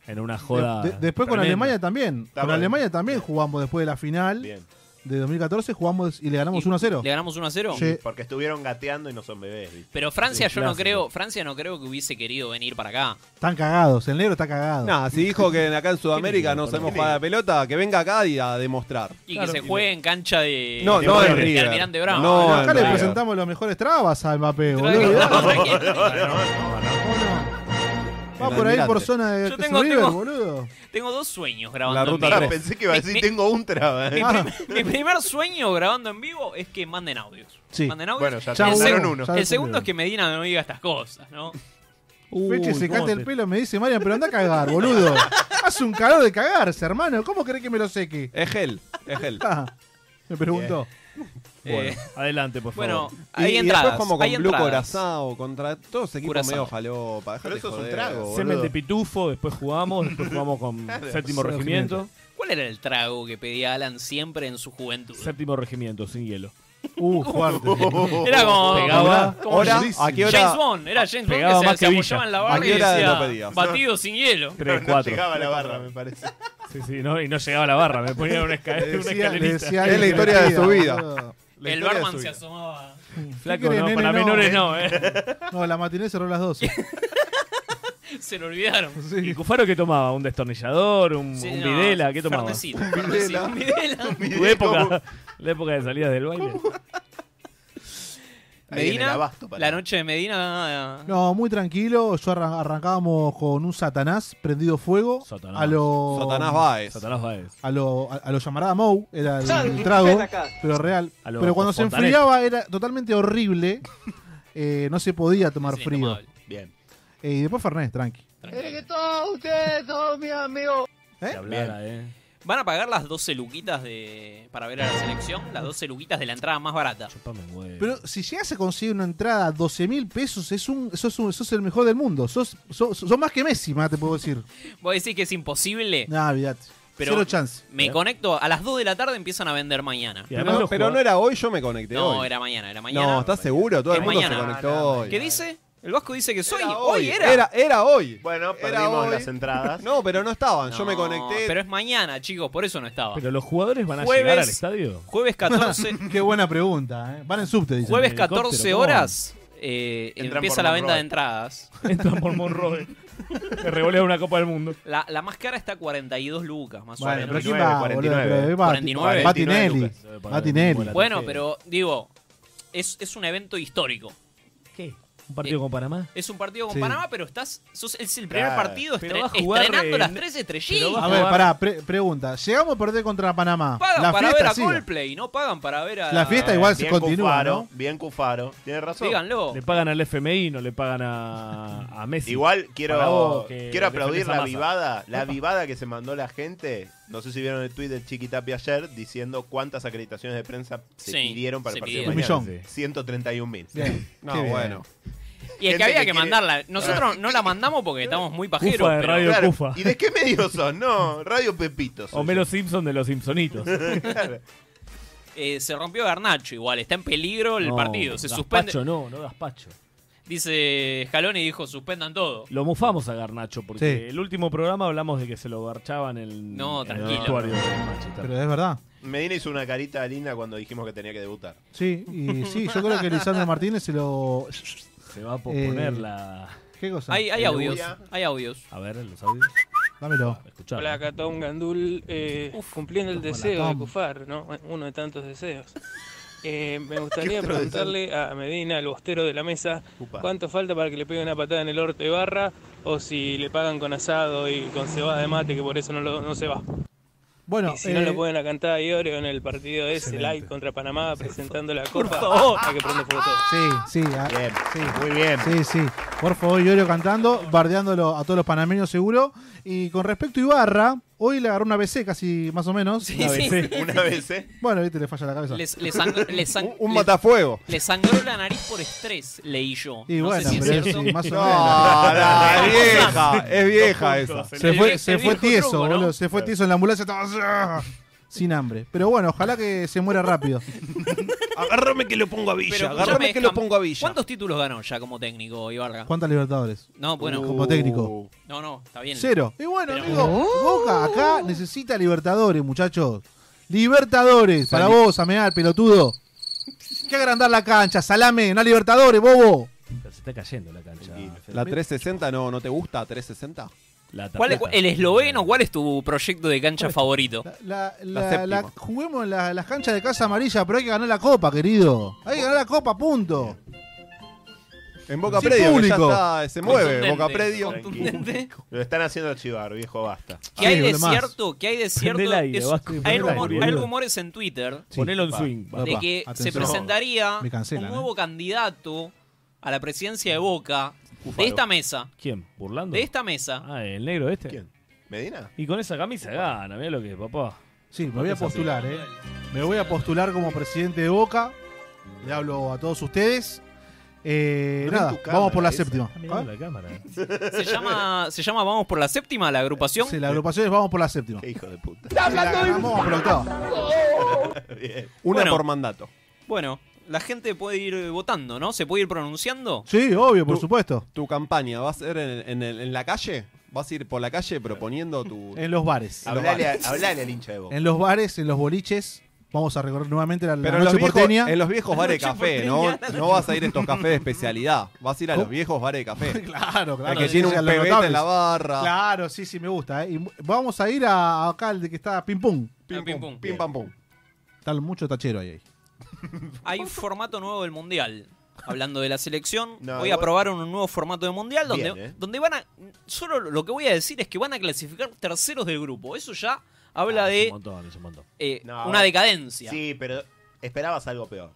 Speaker 1: en una joda.
Speaker 3: De- de- después con
Speaker 1: tremenda.
Speaker 3: Alemania también.
Speaker 2: Está
Speaker 3: con
Speaker 2: bien.
Speaker 3: Alemania también jugamos después de la final
Speaker 2: Bien.
Speaker 3: de 2014, jugamos y le ganamos
Speaker 4: Y
Speaker 3: 1 a 0.
Speaker 4: Le ganamos 1 a 0.
Speaker 3: Sí.
Speaker 2: Porque estuvieron gateando y no son bebés, ¿viste?
Speaker 4: Pero Francia,
Speaker 1: Sí,
Speaker 4: yo no
Speaker 1: clásico.
Speaker 4: creo, Francia no creo que hubiese querido venir para acá.
Speaker 3: Están cagados, el negro está cagado.
Speaker 5: Nada, si dijo que acá en Sudamérica no sabemos jugar a la pelota, que venga acá y a demostrar.
Speaker 4: Y que se juegue en cancha de,
Speaker 5: No,
Speaker 4: de
Speaker 5: no
Speaker 4: River,
Speaker 5: en
Speaker 4: de
Speaker 5: River.
Speaker 4: Almirante Brown.
Speaker 5: No,
Speaker 3: Acá
Speaker 5: en
Speaker 3: le
Speaker 5: River.
Speaker 3: presentamos los mejores trabas a Mbappé,
Speaker 4: Trae-
Speaker 3: boludo. Va
Speaker 5: El
Speaker 3: por ahí
Speaker 5: almirante.
Speaker 3: por zona de
Speaker 4: Yo tengo-
Speaker 3: River,
Speaker 4: tengo-
Speaker 3: boludo.
Speaker 4: Tengo dos sueños grabando
Speaker 5: La ruta
Speaker 4: en
Speaker 2: Ah,
Speaker 4: vivo.
Speaker 5: tres.
Speaker 2: pensé que iba a
Speaker 4: Mi- mi-
Speaker 2: decir, tengo un traba. [laughs] ¿eh?
Speaker 4: Mi,
Speaker 3: Ah.
Speaker 4: prim- mi primer sueño grabando en vivo es que manden audios.
Speaker 3: Sí.
Speaker 4: Manden audios.
Speaker 2: Bueno, ya
Speaker 3: Ya
Speaker 4: el,
Speaker 3: hubo,
Speaker 4: seg-
Speaker 2: tuvieron
Speaker 3: hubo.
Speaker 2: uno.
Speaker 3: Ya
Speaker 4: el segundo
Speaker 3: hubo.
Speaker 4: es que Medina no diga estas cosas, ¿no?
Speaker 1: Uy,
Speaker 3: Feche,
Speaker 1: ¿cómo
Speaker 3: secate el
Speaker 1: te-
Speaker 3: pelo, me dice Marian, pero anda a cagar, boludo. Hace un calor de cagarse, hermano. ¿Cómo querés que me lo seque?
Speaker 5: Es gel, es gel.
Speaker 3: Ah, me preguntó.
Speaker 1: Bueno,
Speaker 4: Eh,
Speaker 1: adelante, por favor.
Speaker 4: bueno,
Speaker 5: Y-
Speaker 4: hay
Speaker 5: y,
Speaker 4: entradas.
Speaker 5: después como
Speaker 4: hay
Speaker 5: con Blue
Speaker 4: entradas.
Speaker 5: Corazao, contra todos esos equipos
Speaker 4: Curazao.
Speaker 5: medio jalopa.
Speaker 2: Pero
Speaker 5: déjate
Speaker 2: eso es un
Speaker 5: joder,
Speaker 2: trago,
Speaker 5: boludo.
Speaker 1: Semen de pitufo, después jugamos, después jugamos
Speaker 4: [laughs]
Speaker 1: con séptimo
Speaker 3: Séptimo
Speaker 1: regimiento.
Speaker 4: ¿Cuál era el trago que pedía Alan siempre en su juventud?
Speaker 1: Séptimo regimiento, sin hielo.
Speaker 3: Uh, fuerte.
Speaker 2: [laughs]
Speaker 4: Era como,
Speaker 1: Pegaba.
Speaker 4: como
Speaker 5: Ahora,
Speaker 3: durísimo.
Speaker 5: ¿a qué
Speaker 4: James
Speaker 5: hora?
Speaker 4: Bond, era James Bond
Speaker 1: Pegaba
Speaker 4: que se,
Speaker 1: más que
Speaker 4: se apoyaba
Speaker 1: Villa.
Speaker 4: en la
Speaker 5: ¿A
Speaker 4: barra y
Speaker 5: qué hora
Speaker 4: decía,
Speaker 5: lo pedías?
Speaker 4: batido sin hielo.
Speaker 2: Pero
Speaker 1: 3,
Speaker 2: no
Speaker 1: 4.
Speaker 2: llegaba a la barra, me parece.
Speaker 1: Sí, sí, no, y no llegaba a la barra, me ponía una, esca- [laughs]
Speaker 3: Le
Speaker 1: una
Speaker 3: decía- le
Speaker 1: escalerita.
Speaker 3: decía
Speaker 5: Es la
Speaker 3: que
Speaker 5: historia de su
Speaker 3: metía,
Speaker 5: vida.
Speaker 3: boludo.
Speaker 4: El barman se asomaba.
Speaker 1: Flaco,
Speaker 3: ¿Qué
Speaker 1: no,
Speaker 3: querés,
Speaker 1: para
Speaker 3: nene? No,
Speaker 1: menores
Speaker 3: eh.
Speaker 1: no, eh. [laughs]
Speaker 3: No, la matiné cerró a las 12.
Speaker 4: Se lo olvidaron.
Speaker 1: ¿Y Cufaro qué tomaba? ¿Un destornillador? ¿Un,
Speaker 4: Sí,
Speaker 1: un
Speaker 4: no,
Speaker 1: Videla? ¿Qué tomaba?
Speaker 4: Fernecito, Fernecito, un Videla.
Speaker 1: Tu época,
Speaker 3: [laughs]
Speaker 1: la época de salidas del baile.
Speaker 2: Ahí en el
Speaker 4: Medina,
Speaker 2: abasto, para.
Speaker 4: la noche de Medina. eh,
Speaker 3: No, muy tranquilo. Yo arran- arrancábamos con un Satanás prendido fuego.
Speaker 1: Satanás.
Speaker 3: A lo,
Speaker 5: Satanás Baez.
Speaker 1: Satanás Baez.
Speaker 3: A lo, a, a lo llamarada Mou, era el, el trago, pero real.
Speaker 1: A lo
Speaker 3: Pero cuando se
Speaker 1: Fontanet.
Speaker 3: enfriaba era totalmente horrible. Eh, no se podía tomar
Speaker 4: sí,
Speaker 3: frío.
Speaker 4: tomable.
Speaker 2: Bien.
Speaker 3: Eh, y después Fernet, tranqui.
Speaker 1: Que hablara, eh.
Speaker 4: Van a pagar las 12 luquitas de para ver a la selección, las 12 luquitas de la entrada más barata.
Speaker 1: Chupame un huevo.
Speaker 3: Pero si llegas a conseguir una entrada a 12 mil pesos, es un, sos, un- sos el mejor del mundo. Sos, sos, sos más que Messi, más te puedo decir.
Speaker 4: Vos decís que es imposible.
Speaker 3: Nah, olvidate.
Speaker 4: Pero-
Speaker 3: Cero chance.
Speaker 4: Me conecto a las 2 de la tarde empiezan a vender mañana.
Speaker 1: Y además
Speaker 5: Pero,
Speaker 1: los
Speaker 5: pero no
Speaker 1: jugadores-
Speaker 5: era hoy, yo me conecté
Speaker 4: No,
Speaker 5: hoy.
Speaker 4: era mañana, era mañana.
Speaker 5: no, ¿estás seguro? Todo el
Speaker 4: Es
Speaker 5: mundo se
Speaker 4: mañana.
Speaker 5: conectó hoy.
Speaker 4: ¿Qué dice? El Vasco dice que soy.
Speaker 5: Era
Speaker 4: hoy era.
Speaker 5: Era, era hoy.
Speaker 2: Bueno,
Speaker 5: Era
Speaker 2: perdimos
Speaker 5: hoy.
Speaker 2: las entradas. [laughs]
Speaker 5: No, pero no estaban. Yo me
Speaker 4: No,
Speaker 5: conecté.
Speaker 4: Pero es mañana, chicos, por eso no estaba.
Speaker 1: Pero los jugadores van a
Speaker 4: Jueves-
Speaker 1: llegar al estadio. [laughs]
Speaker 4: Jueves 14,
Speaker 3: Qué buena pregunta. ¿eh? Van en subte, dice.
Speaker 4: jueves
Speaker 1: el helicóptero,
Speaker 4: 14
Speaker 1: ¿cómo?
Speaker 4: horas eh,
Speaker 2: Entran
Speaker 4: empieza
Speaker 2: por
Speaker 4: la
Speaker 2: Monroe.
Speaker 4: venta de entradas.
Speaker 1: Entran por Monroe. Que revolea una Copa del Mundo.
Speaker 4: La, la más cara está a 42 lucas, más
Speaker 3: Bueno,
Speaker 4: o
Speaker 3: pero
Speaker 4: menos.
Speaker 3: ¿quién va,
Speaker 2: 49,
Speaker 3: boludo? Pero es Bati-
Speaker 4: 49.
Speaker 3: Batinelli.
Speaker 1: Lucas.
Speaker 3: Batinelli.
Speaker 4: Bueno, pero digo, es, es un evento histórico.
Speaker 1: ¿Qué? ¿Un partido con Panamá?
Speaker 4: Es un partido con
Speaker 3: Sí.
Speaker 4: Panamá, pero estás sos- es el primer
Speaker 2: Claro.
Speaker 4: partido
Speaker 1: Pero
Speaker 4: estre-
Speaker 1: va a jugar
Speaker 4: estrenando
Speaker 1: en-
Speaker 4: las tres estrellitas.
Speaker 1: va
Speaker 3: A ver, pará, pre- pregunta. Llegamos a perder contra Panamá.
Speaker 4: Pagan
Speaker 3: La
Speaker 4: para ver
Speaker 3: fiesta
Speaker 4: a
Speaker 3: sigue.
Speaker 4: Coldplay, no pagan para ver a...
Speaker 3: La fiesta igual se
Speaker 2: Eh, Bien
Speaker 3: continúa,
Speaker 2: Cufaro,
Speaker 3: ¿no?
Speaker 2: Bien Cufaro. Tienes razón.
Speaker 4: Díganlo.
Speaker 1: Le pagan al FMI, no le pagan a, a Messi.
Speaker 2: Igual
Speaker 1: Para
Speaker 2: quiero,
Speaker 1: vos que defendés
Speaker 2: quiero
Speaker 1: a
Speaker 2: aplaudir la
Speaker 1: Massa.
Speaker 2: vivada, la vivada que se mandó la gente No sé si vieron el tweet del Chiqui Tapia ayer diciendo cuántas acreditaciones de prensa se
Speaker 4: Sí,
Speaker 2: pidieron para
Speaker 4: se
Speaker 2: el partido. de
Speaker 3: Un
Speaker 2: mañana.
Speaker 3: millón.
Speaker 2: 131 mil.
Speaker 3: Bien.
Speaker 5: No,
Speaker 3: Qué bien.
Speaker 5: bueno.
Speaker 4: Y es
Speaker 2: Gente
Speaker 4: que había
Speaker 2: que
Speaker 4: que,
Speaker 2: quiere-
Speaker 4: mandarla. Nosotros no la mandamos porque estamos muy pajeros.
Speaker 1: Ufa de
Speaker 4: pero-
Speaker 1: radio
Speaker 2: Claro,
Speaker 1: Cufa.
Speaker 2: ¿Y de qué medio son? No, Radio Pepito. soy
Speaker 1: Homero
Speaker 2: yo.
Speaker 1: Simpson de los Simpsonitos.
Speaker 2: Claro.
Speaker 4: Eh, se rompió Garnacho igual, está en peligro el
Speaker 1: No,
Speaker 4: partido. Se
Speaker 1: Gazpacho
Speaker 4: suspende.
Speaker 1: no, no Gaspacho.
Speaker 4: Dice Jalón y dijo, suspendan todo.
Speaker 1: Lo mufamos a Garnacho porque
Speaker 3: Sí.
Speaker 1: el último programa hablamos de que se lo garchaban en,
Speaker 4: No,
Speaker 1: en el
Speaker 4: tranquilo.
Speaker 1: vestuario de Manchester.
Speaker 3: Pero es verdad.
Speaker 2: Medina hizo una carita linda cuando dijimos que tenía que debutar.
Speaker 3: Sí, y sí, yo creo que Lisandro Martínez se lo.
Speaker 1: se va a posponer
Speaker 3: Eh.
Speaker 1: la.
Speaker 3: ¿Qué cosa?
Speaker 4: Hay, hay
Speaker 2: Pero
Speaker 4: audios,
Speaker 2: voy a-
Speaker 4: hay audios.
Speaker 1: A ver, los audios.
Speaker 3: Dámelo.
Speaker 1: Escuchar.
Speaker 8: Hola, acá está un gandul eh, cumpliendo el deseo de Cufar, ¿no? Uno de tantos deseos. Eh, me gustaría
Speaker 2: otro deseo?
Speaker 8: preguntarle a Medina, el bostero de la mesa,
Speaker 2: Upa.
Speaker 8: cuánto falta para que le pegue una patada en el orto de barra o si le pagan con asado y con cebada de mate, que por eso no, lo- no se va.
Speaker 3: Bueno,
Speaker 8: y si no
Speaker 3: eh,
Speaker 8: lo pueden acantar a Iorio en el partido ese,
Speaker 3: Excelente.
Speaker 8: live contra Panamá, presentando la copa, Oh,
Speaker 4: favor.
Speaker 8: hay que prender fuego todo.
Speaker 3: sí, sí, ah,
Speaker 2: Bien,
Speaker 3: sí.
Speaker 2: muy bien.
Speaker 3: Sí, sí. Por favor, Iorio cantando, bardeándolo a todos los panameños seguro. Y con respecto a Ibarra, hoy le agarró una BC casi más o menos.
Speaker 4: Sí,
Speaker 1: Una
Speaker 4: sí.
Speaker 1: vez, eh.
Speaker 4: [laughs]
Speaker 2: Una vez, ¿eh?
Speaker 3: Bueno, viste, le falla la cabeza.
Speaker 4: Les- les sangr- les sang-
Speaker 5: Un, un
Speaker 4: les-
Speaker 5: matafuego.
Speaker 4: Le sangró la nariz por estrés, leí yo.
Speaker 3: Y
Speaker 4: no
Speaker 3: bueno,
Speaker 4: sé si es
Speaker 3: pero
Speaker 4: cierto.
Speaker 3: sí, más o
Speaker 5: No,
Speaker 3: menos.
Speaker 4: [laughs]
Speaker 5: no, es vieja, es vieja esa.
Speaker 3: Se
Speaker 4: El
Speaker 3: fue,
Speaker 4: vie-
Speaker 3: se
Speaker 4: el
Speaker 3: fue
Speaker 4: viejo
Speaker 3: tieso,
Speaker 4: truco, ¿no?
Speaker 3: boludo. Se fue tieso en la ambulancia. estaba- ¡ah! Sin hambre. Pero bueno, ojalá que se muera
Speaker 4: [laughs]
Speaker 3: rápido.
Speaker 5: Agárrame que lo pongo a Villa,
Speaker 4: Pero
Speaker 5: agárrame
Speaker 4: escúchame,
Speaker 5: que lo
Speaker 4: Cam-
Speaker 5: pongo a Villa.
Speaker 4: ¿Cuántos títulos ganó ya como técnico Ibarra?
Speaker 3: ¿Cuántas libertadores?
Speaker 4: No, bueno,
Speaker 3: Como técnico.
Speaker 4: no, no, está bien.
Speaker 3: Cero. Y bueno,
Speaker 4: Pero-
Speaker 3: amigo, Boca acá necesita libertadores, muchachos. Libertadores, para vos, Ameal, pelotudo. Hay que agrandar la cancha, salame, una libertadores, bobo.
Speaker 1: Pero se está cayendo la cancha.
Speaker 2: Tranquilo.
Speaker 1: Fede.
Speaker 5: ¿La 360 no, no te gusta? ¿360?
Speaker 1: La
Speaker 4: ¿Cuál es-
Speaker 1: tapioca.
Speaker 4: ¿El esloveno? ¿Cuál es tu proyecto de cancha favorito?
Speaker 3: La, la-
Speaker 5: La
Speaker 3: la-
Speaker 5: séptima.
Speaker 3: la- juguemos en la- las canchas de Casa Amarilla, pero hay que ganar la copa, querido. Hay que ganar la copa, punto.
Speaker 5: En Boca
Speaker 3: Sin
Speaker 5: Predio, que ya
Speaker 3: público.
Speaker 5: está- se mueve,
Speaker 4: Contundente,
Speaker 5: Boca Predio.
Speaker 4: contundente.
Speaker 2: Lo están haciendo chivar, viejo, basta.
Speaker 4: ¿Qué hay
Speaker 3: Sí,
Speaker 4: de
Speaker 3: lo más.
Speaker 4: cierto? ¿Qué hay de cierto?
Speaker 1: el aire,
Speaker 4: Es-
Speaker 1: Vasco, prende
Speaker 4: hay,
Speaker 1: el
Speaker 4: rumor-
Speaker 1: aire,
Speaker 4: hay
Speaker 1: boludo.
Speaker 4: rumores en Twitter
Speaker 3: Sí,
Speaker 1: Ponelo en
Speaker 2: va.
Speaker 1: swing. va.
Speaker 4: de
Speaker 3: Papá,
Speaker 4: que se
Speaker 3: atención.
Speaker 4: presentaría
Speaker 3: Me cancelan,
Speaker 4: un nuevo candidato a la presidencia de Boca de esta mesa.
Speaker 1: ¿Quién? ¿Burlando?
Speaker 4: De esta mesa.
Speaker 1: Ah, el negro este.
Speaker 2: ¿Quién? ¿Medina?
Speaker 1: Y con esa camisa gana, mirá lo que es, papá.
Speaker 4: Ah,
Speaker 3: Sí, me voy a postular, eh. Me voy a postular como presidente de Boca. Le hablo a todos ustedes. Eh,
Speaker 2: No en
Speaker 3: nada,
Speaker 2: tu cámara
Speaker 3: vamos por la
Speaker 2: esa.
Speaker 3: séptima.
Speaker 1: Ah, mirá la cámara.
Speaker 4: Se llama, se llama Vamos por la séptima, la agrupación.
Speaker 3: ¿Ah? Sí, la agrupación es vamos por la séptima.
Speaker 2: Qué hijo de puta.
Speaker 3: [laughs] Vamos por la octava.
Speaker 2: Bien.
Speaker 5: Una
Speaker 4: Bueno.
Speaker 5: por mandato.
Speaker 4: Bueno, la gente puede ir eh, votando, ¿no? ¿Se puede ir pronunciando?
Speaker 3: Sí, obvio, por
Speaker 5: Tú-
Speaker 3: supuesto.
Speaker 5: ¿Tu campaña va a ser en, en el- en la calle? ¿Vas a ir por la calle proponiendo tu...?
Speaker 3: En los bares.
Speaker 2: Hablale, a- hablale al hincha de Boca.
Speaker 3: En los bares, en los boliches. Vamos a recorrer nuevamente la, la
Speaker 5: Pero en los,
Speaker 3: noche
Speaker 5: viejos,
Speaker 3: porteña.
Speaker 5: en los viejos bares de
Speaker 4: noche
Speaker 5: café, ¿no?
Speaker 4: porteña.
Speaker 5: No vas a ir a estos cafés de especialidad. Vas a ir a los
Speaker 3: ¿Cómo?
Speaker 5: viejos bares de café.
Speaker 3: [laughs] Claro, claro.
Speaker 5: El que
Speaker 3: sí,
Speaker 5: tiene un
Speaker 3: sí, a los
Speaker 5: pebete
Speaker 3: notables.
Speaker 5: en la barra.
Speaker 3: Claro, sí, sí, me gusta. eh. Y vamos a ir a, a acá, el de que está Pim Pum.
Speaker 4: Ah, pim, pum.
Speaker 5: Pim, pam, pum.
Speaker 3: Está mucho tachero ahí.
Speaker 4: Hay un formato nuevo del Mundial. Hablando de la selección,
Speaker 2: [laughs] No,
Speaker 4: hoy
Speaker 2: igual-
Speaker 4: aprobaron un nuevo formato de Mundial donde,
Speaker 2: Bien, ¿eh?
Speaker 4: donde van a... Solo lo que voy a decir es que van a clasificar terceros del grupo. Eso ya habla
Speaker 1: Ah, es
Speaker 4: de
Speaker 1: Un montón, es un montón.
Speaker 4: eh,
Speaker 2: No,
Speaker 4: una
Speaker 2: eh,
Speaker 4: decadencia.
Speaker 2: Sí, pero esperabas algo peor.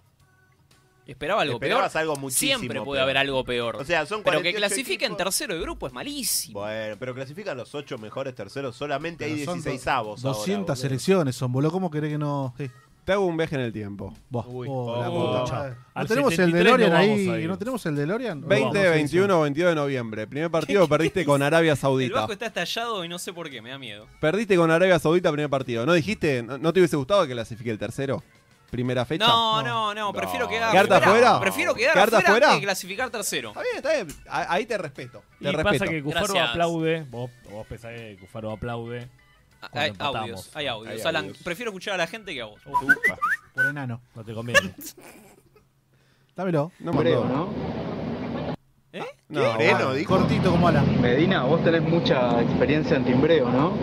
Speaker 4: Esperaba algo
Speaker 2: Esperabas
Speaker 4: peor.
Speaker 2: algo muchísimo
Speaker 4: Siempre puede
Speaker 2: peor.
Speaker 4: haber algo peor.
Speaker 2: O sea, son
Speaker 4: pero que
Speaker 2: 48
Speaker 4: clasifiquen
Speaker 2: equipos.
Speaker 4: tercero de grupo es malísimo.
Speaker 2: Bueno, pero clasifican los ocho mejores terceros, solamente hay
Speaker 3: Pero son
Speaker 2: 16 avos.
Speaker 3: 200
Speaker 2: ahora, boludo.
Speaker 3: selecciones son, boludo. ¿Cómo querés que no...? eh? Sí.
Speaker 5: Te hago un viaje en el tiempo.
Speaker 3: Vos,
Speaker 2: Uy.
Speaker 3: oh, la
Speaker 2: Oh.
Speaker 3: puta madre. ¿No
Speaker 1: Al
Speaker 3: tenemos el
Speaker 1: 73
Speaker 3: DeLorean
Speaker 1: no vamos a
Speaker 3: ahí?
Speaker 1: ir.
Speaker 3: ¿No tenemos el DeLorean?
Speaker 5: 20, 21, 22 de noviembre. Primer partido perdiste con Arabia
Speaker 4: El
Speaker 5: Saudita.
Speaker 4: banco está estallado y no sé por qué, me da miedo.
Speaker 5: Perdiste con Arabia Saudita primer partido. ¿No dijiste? ¿No, no te hubiese gustado que clasifique el tercero? Primera fecha.
Speaker 4: No, no, no, prefiero
Speaker 2: No.
Speaker 4: quedar
Speaker 5: ¿Quedarte afuera?
Speaker 4: Prefiero quedar
Speaker 5: ¿Quedarte
Speaker 4: afuera,
Speaker 5: afuera?
Speaker 4: que clasificar tercero.
Speaker 5: Está bien, está bien. A- Ahí te respeto. Te
Speaker 1: y
Speaker 5: respeto.
Speaker 1: pasa que Cufaro
Speaker 4: Gracias.
Speaker 1: aplaude. Vos, vos pensás que Cufaro aplaude. Cuando
Speaker 4: Hay
Speaker 1: empatamos.
Speaker 4: audios, hay audios.
Speaker 2: Hay
Speaker 4: Alan,
Speaker 2: audios.
Speaker 4: prefiero escuchar a la gente que a vos.
Speaker 2: Ufa.
Speaker 3: Por enano.
Speaker 1: No te
Speaker 4: [laughs]
Speaker 1: conviene.
Speaker 3: Dámelo.
Speaker 5: No me acuerdo. No,
Speaker 2: Moreno,
Speaker 5: bueno.
Speaker 2: dijo.
Speaker 3: Cortito como Alan.
Speaker 9: Medina, vos tenés mucha experiencia en timbreo, ¿no?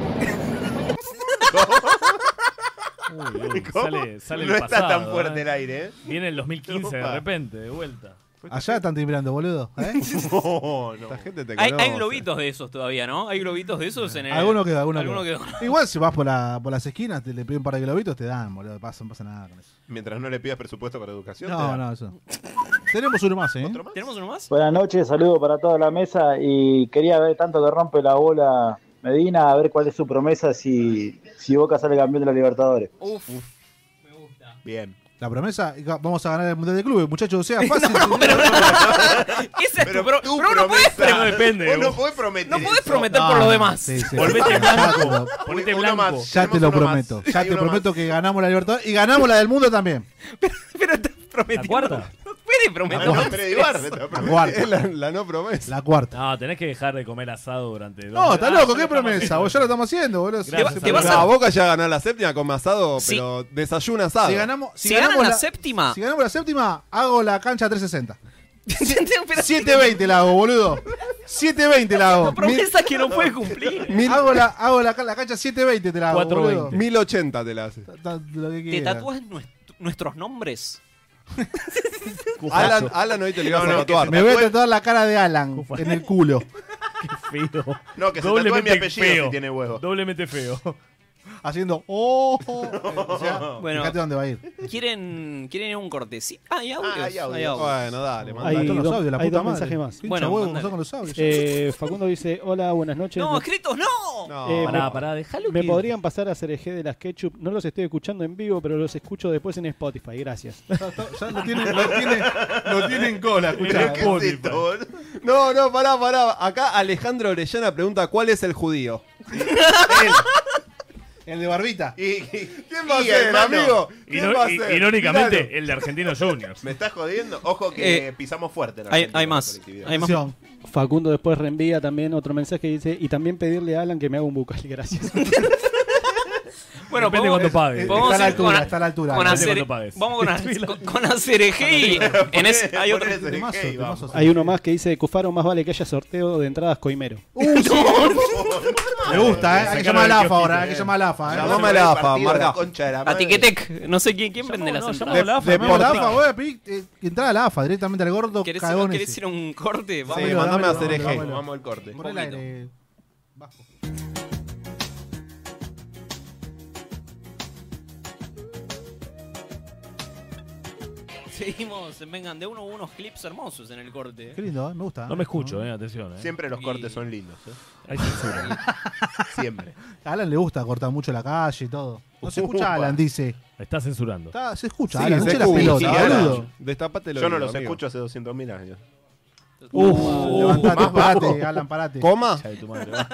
Speaker 1: Uy, uy, sale, sale
Speaker 2: no
Speaker 1: el
Speaker 2: está
Speaker 1: pasado.
Speaker 2: tan fuerte
Speaker 1: ¿eh?
Speaker 2: el
Speaker 3: [laughs]
Speaker 2: aire, ¿eh?
Speaker 1: Viene el 2015 de
Speaker 2: Opa.
Speaker 1: repente, de
Speaker 2: [laughs]
Speaker 1: vuelta.
Speaker 3: Allá están timbrando, boludo. ¿eh?
Speaker 2: No, no.
Speaker 5: Esta gente te
Speaker 4: Hay, hay
Speaker 5: conoce. [laughs]
Speaker 4: globitos de esos todavía, ¿no? Hay globitos de esos en el.
Speaker 3: Alguno quedó, alguno,
Speaker 4: alguno
Speaker 3: quedó.
Speaker 4: quedó.
Speaker 3: Igual si vas por, la, por las esquinas, te le piden un par de globitos, te dan, boludo. Pasa, no pasa nada con eso.
Speaker 2: Mientras no le pidas presupuesto para educación. te
Speaker 3: No,
Speaker 2: da.
Speaker 3: no, eso. [laughs] Tenemos uno más, ¿eh?
Speaker 2: ¿Otro más?
Speaker 3: [laughs]
Speaker 4: ¿Tenemos uno más?
Speaker 9: Buenas noches, saludo para toda la mesa y quería ver tanto que rompe la bola
Speaker 10: Medina a ver cuál es su promesa si, si Boca sale campeón de la Libertadores.
Speaker 4: Uf.
Speaker 2: Bien.
Speaker 3: La promesa, vamos a ganar el Mundial de Clubes, muchachos, o sea fácil.
Speaker 4: Esa es tu, pro- pero vos no podés
Speaker 2: promesa-
Speaker 4: pre-
Speaker 2: Depende, vos no
Speaker 4: vos.
Speaker 2: podés prometer
Speaker 4: No podés
Speaker 2: eso.
Speaker 4: prometer por
Speaker 3: No,
Speaker 4: lo demás.
Speaker 3: Ah,
Speaker 4: [laughs]
Speaker 3: sí, sí.
Speaker 4: Volvete blanco. Ponete
Speaker 2: Uno
Speaker 4: blanco.
Speaker 2: más,
Speaker 3: Ya te
Speaker 2: tenemos
Speaker 3: lo
Speaker 2: uno más.
Speaker 3: prometo, ya
Speaker 2: Hay
Speaker 3: te
Speaker 2: uno
Speaker 3: prometo que ganamos la Libertadores y ganamos la del mundo también.
Speaker 4: ¿La cuarta? No puede prometer.
Speaker 2: No,
Speaker 4: más.
Speaker 2: pero igual, te [laughs] lo
Speaker 3: La
Speaker 2: prometo.
Speaker 3: cuarta,
Speaker 5: La, la no promesa.
Speaker 3: la cuarta.
Speaker 1: No, tenés que dejar de comer asado durante dos
Speaker 3: No, está
Speaker 1: Ah,
Speaker 3: loco,
Speaker 1: ya
Speaker 3: qué
Speaker 1: lo estamos
Speaker 3: promesa,
Speaker 1: haciendo. [laughs]
Speaker 3: vos ya lo estamos haciendo, boludo.
Speaker 1: Gracias,
Speaker 3: Sí,
Speaker 4: te vas
Speaker 5: No,
Speaker 4: a-
Speaker 5: Boca ya ganó la séptima con asado,
Speaker 4: Sí.
Speaker 5: pero desayuno asado.
Speaker 3: Si ganamos, si
Speaker 4: Si
Speaker 3: ganamos
Speaker 4: ganan la,
Speaker 3: la-
Speaker 4: séptima.
Speaker 3: si ganamos la séptima, hago la cancha 360.
Speaker 4: [laughs] Pero
Speaker 3: 720 la hago, boludo. 720 la
Speaker 4: [laughs]
Speaker 3: hago. Mi-
Speaker 4: promesa que no puede
Speaker 3: [laughs]
Speaker 4: cumplir.
Speaker 5: Mil-
Speaker 3: hago la, hago la, ca- la cancha 720 te la hago.
Speaker 1: 420.
Speaker 3: boludo.
Speaker 5: 1080 te la hace.
Speaker 3: Ta- ta- lo que
Speaker 4: ¿Te
Speaker 3: quieras.
Speaker 4: tatúas nuestro- nuestros nombres?
Speaker 5: Alan, Alan hoy te lo ibas
Speaker 2: No,
Speaker 5: a
Speaker 2: no,
Speaker 5: tatuar.
Speaker 3: Me voy a tatuar la cara de Alan en el
Speaker 1: [laughs]
Speaker 3: culo.
Speaker 1: Feo.
Speaker 2: No, que se tatúe mi
Speaker 1: Doblemente
Speaker 2: apellido
Speaker 1: feo.
Speaker 2: si tiene huevo.
Speaker 1: Doblemente feo.
Speaker 3: Haciendo.
Speaker 1: [laughs]
Speaker 3: Oh, O sea,
Speaker 4: Bueno.
Speaker 3: fíjate dónde va a ir.
Speaker 4: ¿Quieren, quieren ir a un cortecito? Ah, hay audios.
Speaker 2: Ah, hay audios.
Speaker 4: hay audios.
Speaker 5: Bueno, dale, manda.
Speaker 3: Ahí
Speaker 6: Ahí. Hay
Speaker 3: están los
Speaker 6: dos-
Speaker 3: audios, la
Speaker 6: hay
Speaker 3: puta
Speaker 6: dos
Speaker 3: madre.
Speaker 6: mensajes más.
Speaker 3: Pincha
Speaker 4: Bueno,
Speaker 3: huevo,
Speaker 4: mandale.
Speaker 3: son con los audios.
Speaker 6: Eh, Facundo dice, hola, buenas noches.
Speaker 4: No,
Speaker 6: Me-
Speaker 4: escritos no.
Speaker 5: No,
Speaker 6: Eh,
Speaker 1: Pará,
Speaker 6: me-
Speaker 1: pará, déjalo
Speaker 6: Me
Speaker 1: que-
Speaker 6: podrían pasar a CRG de las Ketchup. No los estoy escuchando en vivo, pero los escucho después en Spotify. Gracias.
Speaker 3: Ya, está- ya lo tiene, lo tiene, lo tiene
Speaker 1: [laughs]
Speaker 3: en cola, escuchá.
Speaker 2: ¿Qué es esto, boludo?
Speaker 5: No, no, pará, pará. Acá Alejandro Orellana pregunta cuál es el judío.
Speaker 3: El de barbita.
Speaker 2: Y- y-
Speaker 5: ¿Quién va a
Speaker 2: y,
Speaker 5: ser,
Speaker 2: hermano,
Speaker 5: amigo?
Speaker 1: Y
Speaker 5: ¿Quién
Speaker 1: no-
Speaker 5: va a
Speaker 1: y-
Speaker 5: ser?
Speaker 1: irónicamente,
Speaker 5: Miralo.
Speaker 1: el de Argentinos Juniors.
Speaker 2: ¿Me estás jodiendo? Ojo que pisamos fuerte. en
Speaker 4: Hay,
Speaker 2: Argentina
Speaker 4: hay
Speaker 2: con
Speaker 4: más.
Speaker 2: la colectividad.
Speaker 4: Hay más.
Speaker 3: Atención.
Speaker 6: [laughs] Facundo después reenvía también otro mensaje que dice, y también pedirle a Alan que me haga un bucal. [laughs] Gracias.
Speaker 4: Bueno,
Speaker 1: Depende
Speaker 4: podemos-
Speaker 1: cuánto pague.
Speaker 4: podemos
Speaker 3: Está a la
Speaker 4: ir
Speaker 3: altura,
Speaker 4: con,
Speaker 3: está a la altura.
Speaker 4: con
Speaker 3: Depende
Speaker 4: hacer-
Speaker 1: cuánto pagues.
Speaker 4: Vamos
Speaker 1: [laughs]
Speaker 4: con, hacer- con, con hacer eje y en ese hay otro.
Speaker 2: Ponele
Speaker 3: Temazo,
Speaker 2: CRG y vamos.
Speaker 3: temazo.
Speaker 6: Hay uno más que dice, Cufaro, más vale que haya sorteo de entradas coimero.
Speaker 3: Uh,
Speaker 6: [laughs]
Speaker 3: Me gusta, ¿eh? Hay
Speaker 1: Sacaron
Speaker 3: que llamar a
Speaker 1: el
Speaker 3: Lafa
Speaker 1: kiosquito,
Speaker 3: ahora, hay que llamar a Lafa. ¿eh?
Speaker 5: Llamá
Speaker 2: Vamos a
Speaker 5: a la
Speaker 2: ver el
Speaker 5: AFA,
Speaker 2: partido de la
Speaker 5: marca.
Speaker 2: concha de la
Speaker 4: A
Speaker 2: madre.
Speaker 4: Tiquetec. No sé quién, quién vende
Speaker 1: Llamamos-
Speaker 4: las
Speaker 1: no, llamamos
Speaker 4: entradas.
Speaker 1: a la AFA,
Speaker 3: Llamemos a
Speaker 1: Deportivo.
Speaker 3: Lafa, voy a pedir eh, entrar a Lafa, directamente al gordo
Speaker 4: ¿Querés, ir-
Speaker 3: cagón
Speaker 4: querés
Speaker 3: ese.
Speaker 4: ir a un corte? Vamos.
Speaker 5: Sí,
Speaker 3: Dámelo,
Speaker 5: mandame a
Speaker 3: dámelo,
Speaker 5: hacer
Speaker 3: dámelo,
Speaker 5: eje.
Speaker 3: dámelo.
Speaker 2: Vamos al corte.
Speaker 3: Por el
Speaker 4: poquito.
Speaker 3: aire. Bajo.
Speaker 4: Seguimos, vengan de uno a unos clips hermosos en el corte.
Speaker 3: Qué lindo, ¿eh? me gusta.
Speaker 1: No me escucho, eh, atención. Eh.
Speaker 2: Siempre los cortes son lindos. ¿eh?
Speaker 1: Hay censura. eh.
Speaker 2: Siempre.
Speaker 3: A Alan le gusta cortar mucho la calle y todo. No se escucha
Speaker 2: Upa.
Speaker 3: Alan, dice.
Speaker 1: Está censurando.
Speaker 3: Está- se escucha,
Speaker 5: Sí,
Speaker 3: Alan, no
Speaker 5: se
Speaker 3: eche la
Speaker 5: escucha, sí,
Speaker 3: pelota,
Speaker 5: Alan.
Speaker 3: boludo.
Speaker 5: Destapate el
Speaker 2: Yo no
Speaker 5: oído,
Speaker 2: los
Speaker 5: amigo.
Speaker 2: escucho hace 200.000 años.
Speaker 3: Uf,
Speaker 1: Uh,
Speaker 3: levantate,
Speaker 2: más
Speaker 3: parate, Alan, parate.
Speaker 5: ¿Coma?
Speaker 1: Hija de tu madre, va.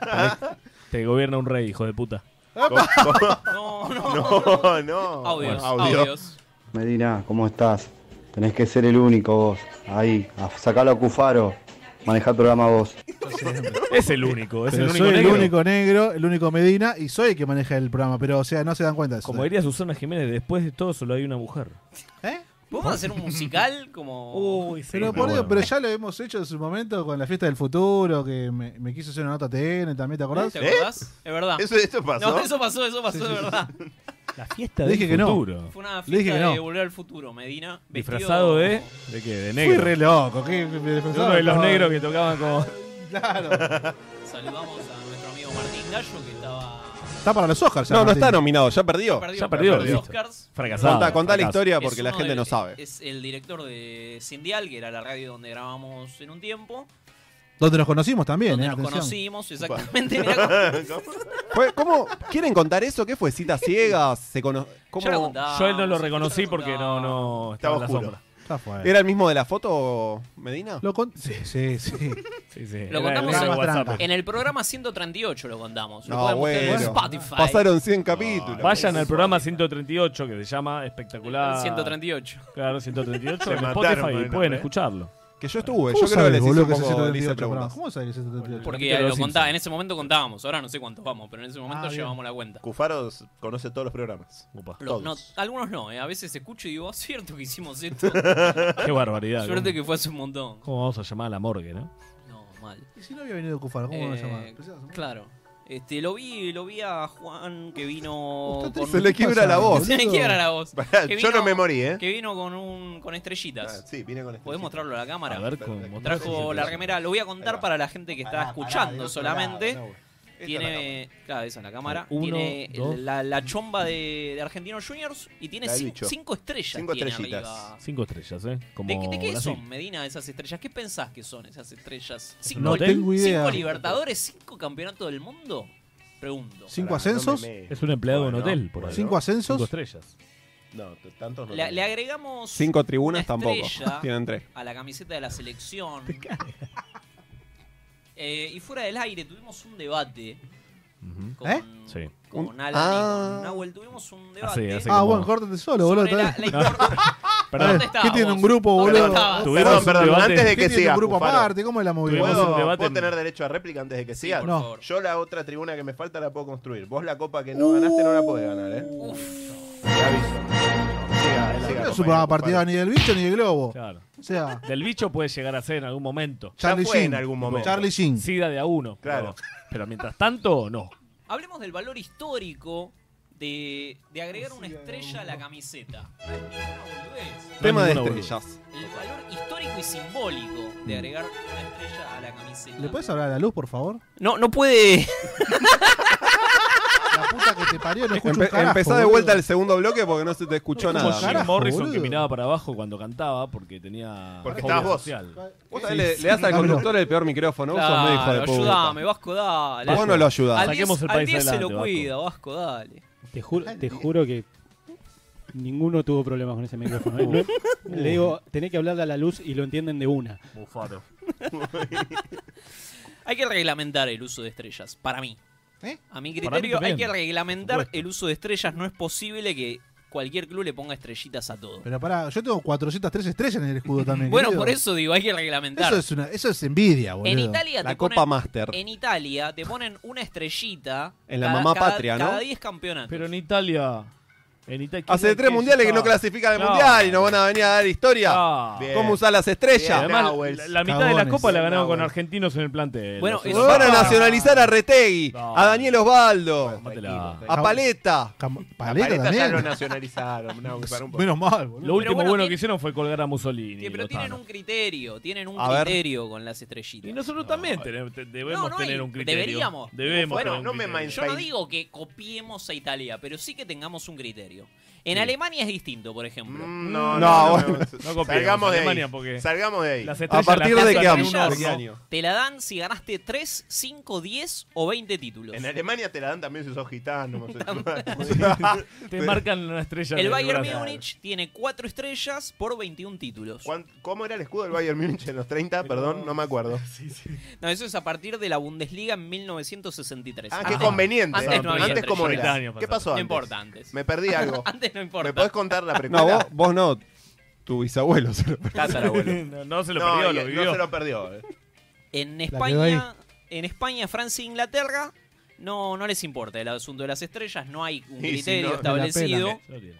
Speaker 1: Pará, Te gobierna un rey, hijo de puta.
Speaker 4: No, no.
Speaker 2: No, no.
Speaker 4: Audios,
Speaker 2: Audio.
Speaker 4: audios.
Speaker 10: Medina, ¿cómo estás? Tenés que ser el único vos. Ahí, a- sacalo a Cufaro. Manejá el programa vos.
Speaker 1: Es el único, es
Speaker 3: Pero
Speaker 1: el único
Speaker 3: soy
Speaker 1: negro.
Speaker 3: el único negro, el único Medina y soy el que maneja el programa, pero o sea, no se dan cuenta de eso.
Speaker 1: Como diría Susana Jiménez, después de todo solo hay una mujer.
Speaker 3: ¿Eh?
Speaker 4: ¿Podemos hacer un musical
Speaker 1: [laughs]
Speaker 4: como.?
Speaker 1: Uh,
Speaker 3: Pero, por Dios, pero ya lo hemos hecho en su momento con la fiesta del futuro, que me, me quiso hacer una nota TN también, ¿te acordás?
Speaker 4: ¿Te acordás? Es verdad.
Speaker 2: Eso, esto pasó.
Speaker 4: No, eso pasó, eso pasó, de verdad.
Speaker 1: La fiesta
Speaker 3: Le
Speaker 1: del
Speaker 3: dije que no.
Speaker 1: futuro.
Speaker 4: Fue una
Speaker 3: Le dije
Speaker 4: fiesta
Speaker 3: que no.
Speaker 4: de volver al futuro, Medina. vestido-
Speaker 1: Disfrazado de. ¿De qué? De
Speaker 3: Fui
Speaker 1: negro.
Speaker 3: re loco, ¿qué? me- me-
Speaker 1: De uno de los negros que tocaban como.
Speaker 3: Claro.
Speaker 4: Saludamos a nuestro amigo Martín Gallo que estaba.
Speaker 3: Está para los Oscars ya,
Speaker 5: No, no
Speaker 3: Martín.
Speaker 5: está nominado, ya perdió.
Speaker 4: perdido
Speaker 1: Ya
Speaker 4: por
Speaker 1: perdió,
Speaker 4: los
Speaker 1: listo.
Speaker 4: Oscars.
Speaker 1: Fracasado.
Speaker 5: Contá, contá la
Speaker 1: fracaso.
Speaker 5: historia
Speaker 4: Es
Speaker 5: porque la
Speaker 4: uno
Speaker 5: gente
Speaker 4: del-
Speaker 5: no sabe.
Speaker 4: Es el director de Sindial, que era la radio donde grabamos en un tiempo.
Speaker 3: Donde nos conocimos también,
Speaker 4: donde
Speaker 3: eh,
Speaker 4: nos
Speaker 3: atención.
Speaker 4: conocimos,
Speaker 5: [laughs]
Speaker 4: exactamente. Mirá
Speaker 5: Fue- ¿Cómo? ¿Quieren contar eso? ¿Qué fue? ¿Citas ciegas? ¿Se cono-
Speaker 4: cómo-
Speaker 5: cómo-
Speaker 4: ya la contaba,
Speaker 1: Yo a él no
Speaker 4: sé,
Speaker 1: lo
Speaker 4: ya
Speaker 1: reconocí
Speaker 4: la
Speaker 1: porque
Speaker 4: contaba.
Speaker 1: no, no estaba en la
Speaker 2: oscuro.
Speaker 1: sombra.
Speaker 3: Está fuera.
Speaker 5: ¿Era el mismo de la foto, Medina?
Speaker 3: Lo con- Eh, Sí, sí, sí.
Speaker 1: Sí, sí. Era
Speaker 4: Lo
Speaker 1: el
Speaker 4: contamos
Speaker 1: de
Speaker 4: en-
Speaker 1: WhatsApp.
Speaker 4: En el programa 138 lo contamos. Lo
Speaker 5: No,
Speaker 4: podemos tener en
Speaker 5: bueno.
Speaker 4: Spotify.
Speaker 5: Pasaron 100 capítulos.
Speaker 1: Vayan al programa 138 que se llama Espectacular.
Speaker 4: 138.
Speaker 1: Claro, 138
Speaker 2: Se
Speaker 1: en
Speaker 2: mataron
Speaker 1: Spotify
Speaker 2: con
Speaker 1: y
Speaker 2: el
Speaker 1: pueden
Speaker 2: nombre.
Speaker 1: escucharlo.
Speaker 5: Que yo
Speaker 3: ¿Cómo
Speaker 5: estuve, yo creo que
Speaker 3: sabes,
Speaker 5: les hice
Speaker 3: boludo,
Speaker 5: un
Speaker 3: Pues que es el
Speaker 5: poco, les hice
Speaker 3: 138 programa?
Speaker 5: preguntas.
Speaker 3: ¿Cómo sabes que es el 138?
Speaker 4: Porque
Speaker 1: Capítulo
Speaker 4: lo
Speaker 1: Simpson.
Speaker 4: contaba, en ese momento contábamos, ahora no sé cuántos vamos, pero en ese momento
Speaker 3: Ah, bien.
Speaker 4: llevamos la cuenta.
Speaker 2: Cufaro conoce todos los programas.
Speaker 1: Upa,
Speaker 4: Lo-
Speaker 2: Todos.
Speaker 4: no, algunos no, eh, a veces escucho y digo, "Ah, cierto que
Speaker 5: [laughs]
Speaker 4: hicimos esto.
Speaker 1: Qué barbaridad.
Speaker 4: Suerte
Speaker 1: ¿Cómo,
Speaker 4: que fue hace un montón.
Speaker 1: cómo vamos a llamar a la morgue, no?
Speaker 4: No, mal.
Speaker 3: ¿Y si no había venido Cufaro? ¿Cómo lo
Speaker 4: Eh,
Speaker 3: llamaba? Pensaba, ¿no?
Speaker 4: Claro. Este, lo vi, lo vi a Juan que vino.
Speaker 3: Usted
Speaker 4: con-
Speaker 5: Se le quiebra la voz.
Speaker 4: [laughs] Se me quiebra la voz.
Speaker 2: Pará,
Speaker 4: Que
Speaker 2: Yo
Speaker 4: vino-
Speaker 2: no me morí, ¿eh?
Speaker 4: Que vino con un. con
Speaker 2: Ah,
Speaker 4: estrellitas.
Speaker 2: sí, vine con este.
Speaker 4: Podés mostrarlo a la cámara.
Speaker 1: A ver cómo.
Speaker 4: Trajo la remera, lo voy a contar para la gente que está escuchando solamente. tiene. Claro, esa es la cámara.
Speaker 1: Uno,
Speaker 4: tiene
Speaker 1: dos.
Speaker 4: la, la chomba de, de Argentinos Juniors y tiene
Speaker 1: La del
Speaker 4: cin-
Speaker 1: bicho.
Speaker 4: cinco, estrellas. tiene arriba.
Speaker 1: Cinco estrellas, ¿eh? Como
Speaker 4: ¿De, qué- de qué
Speaker 1: Brasil.
Speaker 4: son, Medina, esas estrellas? ¿Qué pensás que son esas estrellas? ¿Cinco,
Speaker 1: No tengo idea.
Speaker 4: ¿Cinco Libertadores? ¿Cinco Campeonatos del Mundo? Pregunto.
Speaker 3: ¿Cinco ascensos?
Speaker 1: Es un empleado de
Speaker 3: Bueno,
Speaker 1: un hotel, por ahí.
Speaker 3: ¿Cinco ascensos?
Speaker 1: Cinco estrellas.
Speaker 2: No, t- tantos no.
Speaker 4: Le, le agregamos.
Speaker 5: Cinco tribunas
Speaker 4: una
Speaker 5: tampoco.
Speaker 4: estrella
Speaker 5: Tienen tres.
Speaker 4: A la camiseta de
Speaker 3: [laughs]
Speaker 4: la selección. Eh, y fuera del aire tuvimos un debate con,
Speaker 3: ¿Eh?
Speaker 1: Sí.
Speaker 4: con Alan y con Nahuel. Tuvimos un debate.
Speaker 1: Así, así
Speaker 3: Ah,
Speaker 1: como-
Speaker 3: bueno, córtate solo, boludo.
Speaker 4: Sobre la-
Speaker 3: tal.
Speaker 4: la importancia-
Speaker 1: Perdón.
Speaker 3: A ver, ¿Qué
Speaker 4: estábamos?
Speaker 3: tiene un grupo,
Speaker 4: ¿Dónde
Speaker 3: boludo?
Speaker 4: estabas?
Speaker 1: Tuvimos
Speaker 2: Perdón,
Speaker 1: un
Speaker 2: perdón,
Speaker 1: debate-
Speaker 2: antes de que
Speaker 3: ¿Qué tiene
Speaker 2: sigas.
Speaker 3: un grupo
Speaker 2: Cufaro.
Speaker 3: aparte? ¿Cómo es la movida?
Speaker 1: Tuvimos
Speaker 2: ¿Puedo,
Speaker 1: un debate
Speaker 2: puedo
Speaker 1: en-
Speaker 2: tener derecho a réplica antes de que sigas?
Speaker 3: por No.
Speaker 4: favor.
Speaker 2: Yo la otra tribuna que me falta la puedo construir. Vos la copa que no ganaste no la podés ganar, ¿eh? Te aviso. Siga, siga,
Speaker 3: No es un
Speaker 2: compañero,
Speaker 3: programa partidario ni del bicho ni del globo.
Speaker 1: Claro.
Speaker 3: O sea,
Speaker 1: Del bicho puede llegar a ser en algún momento.
Speaker 2: Ya
Speaker 3: Charlie
Speaker 2: fue en
Speaker 3: Sheen.
Speaker 2: algún momento.
Speaker 3: Charlie Sheen.
Speaker 1: Sida de a uno.
Speaker 2: Claro.
Speaker 1: Pero, pero mientras tanto, no.
Speaker 4: Hablemos del valor histórico de, de agregar una estrella a la camiseta. No es ninguna boludez.
Speaker 5: Tema de
Speaker 1: ninguna
Speaker 5: estrellas.
Speaker 4: El valor histórico y simbólico de agregar una estrella a la camiseta.
Speaker 3: ¿Le puedes hablar a la luz, por favor?
Speaker 4: No, no puede.
Speaker 3: La puta que te parió, no escucho
Speaker 5: Empe-
Speaker 3: un carajo,
Speaker 5: empezá de vuelta
Speaker 3: boludo.
Speaker 5: al segundo bloque porque no se te escuchó
Speaker 1: Como
Speaker 5: nada.
Speaker 1: Jim
Speaker 3: carajo,
Speaker 1: Morrison
Speaker 3: boludo.
Speaker 1: que miraba para abajo cuando cantaba porque tenía.
Speaker 2: Porque
Speaker 1: fobia
Speaker 2: estabas vos.
Speaker 1: social.
Speaker 5: Vos sabés, le, le das al conductor el peor micrófono. Vos sos medio hijo de
Speaker 4: Claro,
Speaker 5: puta.
Speaker 4: ayudame, Vasco, dale.
Speaker 5: Vos no lo ayudás.
Speaker 4: Al 10,
Speaker 1: Saquemos el
Speaker 4: al
Speaker 1: país
Speaker 4: 10 se lo
Speaker 1: adelante, Vasco.
Speaker 4: cuida, Vasco, dale.
Speaker 6: Te, juro, te juro que ninguno tuvo problemas con ese micrófono. ¿eh? No- le digo, tenés que hablarle a la luz y lo entienden de una.
Speaker 1: Bufaro.
Speaker 4: Hay que reglamentar el uso de estrellas, para mí.
Speaker 3: ¿Eh?
Speaker 4: A mi
Speaker 1: Para mí
Speaker 4: criterio, hay
Speaker 1: también,
Speaker 4: que
Speaker 1: por
Speaker 4: reglamentar
Speaker 1: supuesto.
Speaker 4: el uso de estrellas. No es posible que cualquier club le ponga estrellitas a todo.
Speaker 3: Pero pará, yo tengo 403 estrellas en el escudo también.
Speaker 4: Bueno,
Speaker 3: querido.
Speaker 4: por eso digo, hay que reglamentar.
Speaker 3: Eso es, una, eso es envidia, boludo.
Speaker 4: En Italia
Speaker 5: La
Speaker 4: te
Speaker 5: Copa
Speaker 4: ponen,
Speaker 5: Master.
Speaker 4: En Italia te ponen una estrellita.
Speaker 5: En la
Speaker 4: cada-
Speaker 5: mamá
Speaker 4: cada-
Speaker 5: patria, ¿no?
Speaker 4: Cada 10 campeonatos.
Speaker 1: Pero en Italia. En Italia
Speaker 5: Hace tres mundiales que no clasifican al
Speaker 1: No.
Speaker 5: mundial y nos van a venir a dar historia.
Speaker 1: clasifican.
Speaker 2: Bien.
Speaker 5: ¿Cómo usar las estrellas?
Speaker 2: Bien.
Speaker 1: Ah, Además,
Speaker 2: Nahuels.
Speaker 1: la, la mitad de la
Speaker 3: Cagones.
Speaker 1: copa la ganaron con
Speaker 2: Nahuels.
Speaker 1: argentinos en el plantel.
Speaker 4: Bueno,
Speaker 1: Los
Speaker 4: eso-
Speaker 1: otros-
Speaker 5: Van a
Speaker 4: No.
Speaker 5: nacionalizar a Retegui,
Speaker 1: No.
Speaker 5: a Daniel Osvaldo,
Speaker 1: Mátela.
Speaker 5: a Paleta.
Speaker 3: Cam-
Speaker 2: La
Speaker 3: Paleta
Speaker 2: paleta ya lo
Speaker 3: también.
Speaker 2: nacionalizaron. No, para un poco.
Speaker 3: Menos mal, boludo.
Speaker 1: Lo último
Speaker 4: bueno,
Speaker 1: bueno,
Speaker 4: tiene-
Speaker 1: que hicieron fue colgar a Mussolini.
Speaker 4: Sí, pero
Speaker 1: Lozano.
Speaker 4: tienen un criterio, tienen un
Speaker 5: A ver.
Speaker 4: criterio con las
Speaker 1: Y
Speaker 4: estrellitas.
Speaker 1: nosotros también tenemos- te- debemos
Speaker 4: No, no hay-
Speaker 1: tener un criterio.
Speaker 4: deberíamos.
Speaker 1: Debemos
Speaker 4: Bueno,
Speaker 1: tener un
Speaker 2: no me
Speaker 1: criterio.
Speaker 2: minds-
Speaker 4: Yo no digo que copiemos a Italia, pero sí que tengamos un criterio. En Alemania es distinto, por ejemplo.
Speaker 2: Mm, No, no,
Speaker 5: No,
Speaker 2: no,
Speaker 5: bueno.
Speaker 1: No copiemos,
Speaker 2: Salgamos de
Speaker 1: Alemania,
Speaker 2: ahí.
Speaker 1: porque-
Speaker 2: Salgamos de ahí.
Speaker 1: Las
Speaker 5: ¿A
Speaker 1: estrellas
Speaker 5: partir
Speaker 1: las
Speaker 5: de qué
Speaker 1: pasan
Speaker 5: año?
Speaker 1: ellas,
Speaker 5: ¿De qué
Speaker 1: ¿no?
Speaker 5: año?
Speaker 4: Te la dan si ganaste 3, 5, 10 o 20 títulos.
Speaker 2: En Alemania te la dan también si sos gitano. homosexual.
Speaker 1: [laughs] Te marcan una estrella. en
Speaker 4: El Bayern
Speaker 1: brazo.
Speaker 4: Múnich tiene 4 estrellas por 21 títulos.
Speaker 2: ¿Cuán- ¿Cómo era el escudo del Bayern Múnich en los 30? Perdón, no
Speaker 1: [laughs]
Speaker 2: me acuerdo.
Speaker 4: No, eso es a partir de la Bundesliga en 1963.
Speaker 2: Ah,
Speaker 4: Antes-
Speaker 2: qué conveniente.
Speaker 4: Antes no había
Speaker 2: Antes
Speaker 4: estrellas.
Speaker 2: cómo era.
Speaker 1: Antes.
Speaker 2: ¿Qué pasó
Speaker 4: No
Speaker 2: antes?
Speaker 4: importa antes.
Speaker 2: Me perdí
Speaker 5: [laughs]
Speaker 2: algo.
Speaker 4: Antes no importa.
Speaker 2: ¿Me podés contar la precuela?
Speaker 5: No, vos, vos no. Tu bisabuelo. se lo-
Speaker 2: Tatarabuelo.
Speaker 1: No, no se [laughs] lo
Speaker 2: No,
Speaker 1: perdió,
Speaker 2: y-
Speaker 1: lo
Speaker 2: no
Speaker 1: vivió.
Speaker 2: se lo perdió. eh.
Speaker 4: En
Speaker 3: quedó ahí.
Speaker 4: España, en España, Francia e Inglaterra no, no les importa el asunto de las estrellas, no hay un
Speaker 2: Y si
Speaker 4: criterio
Speaker 2: no,
Speaker 3: me la
Speaker 4: establecido.
Speaker 1: Se lo tiene.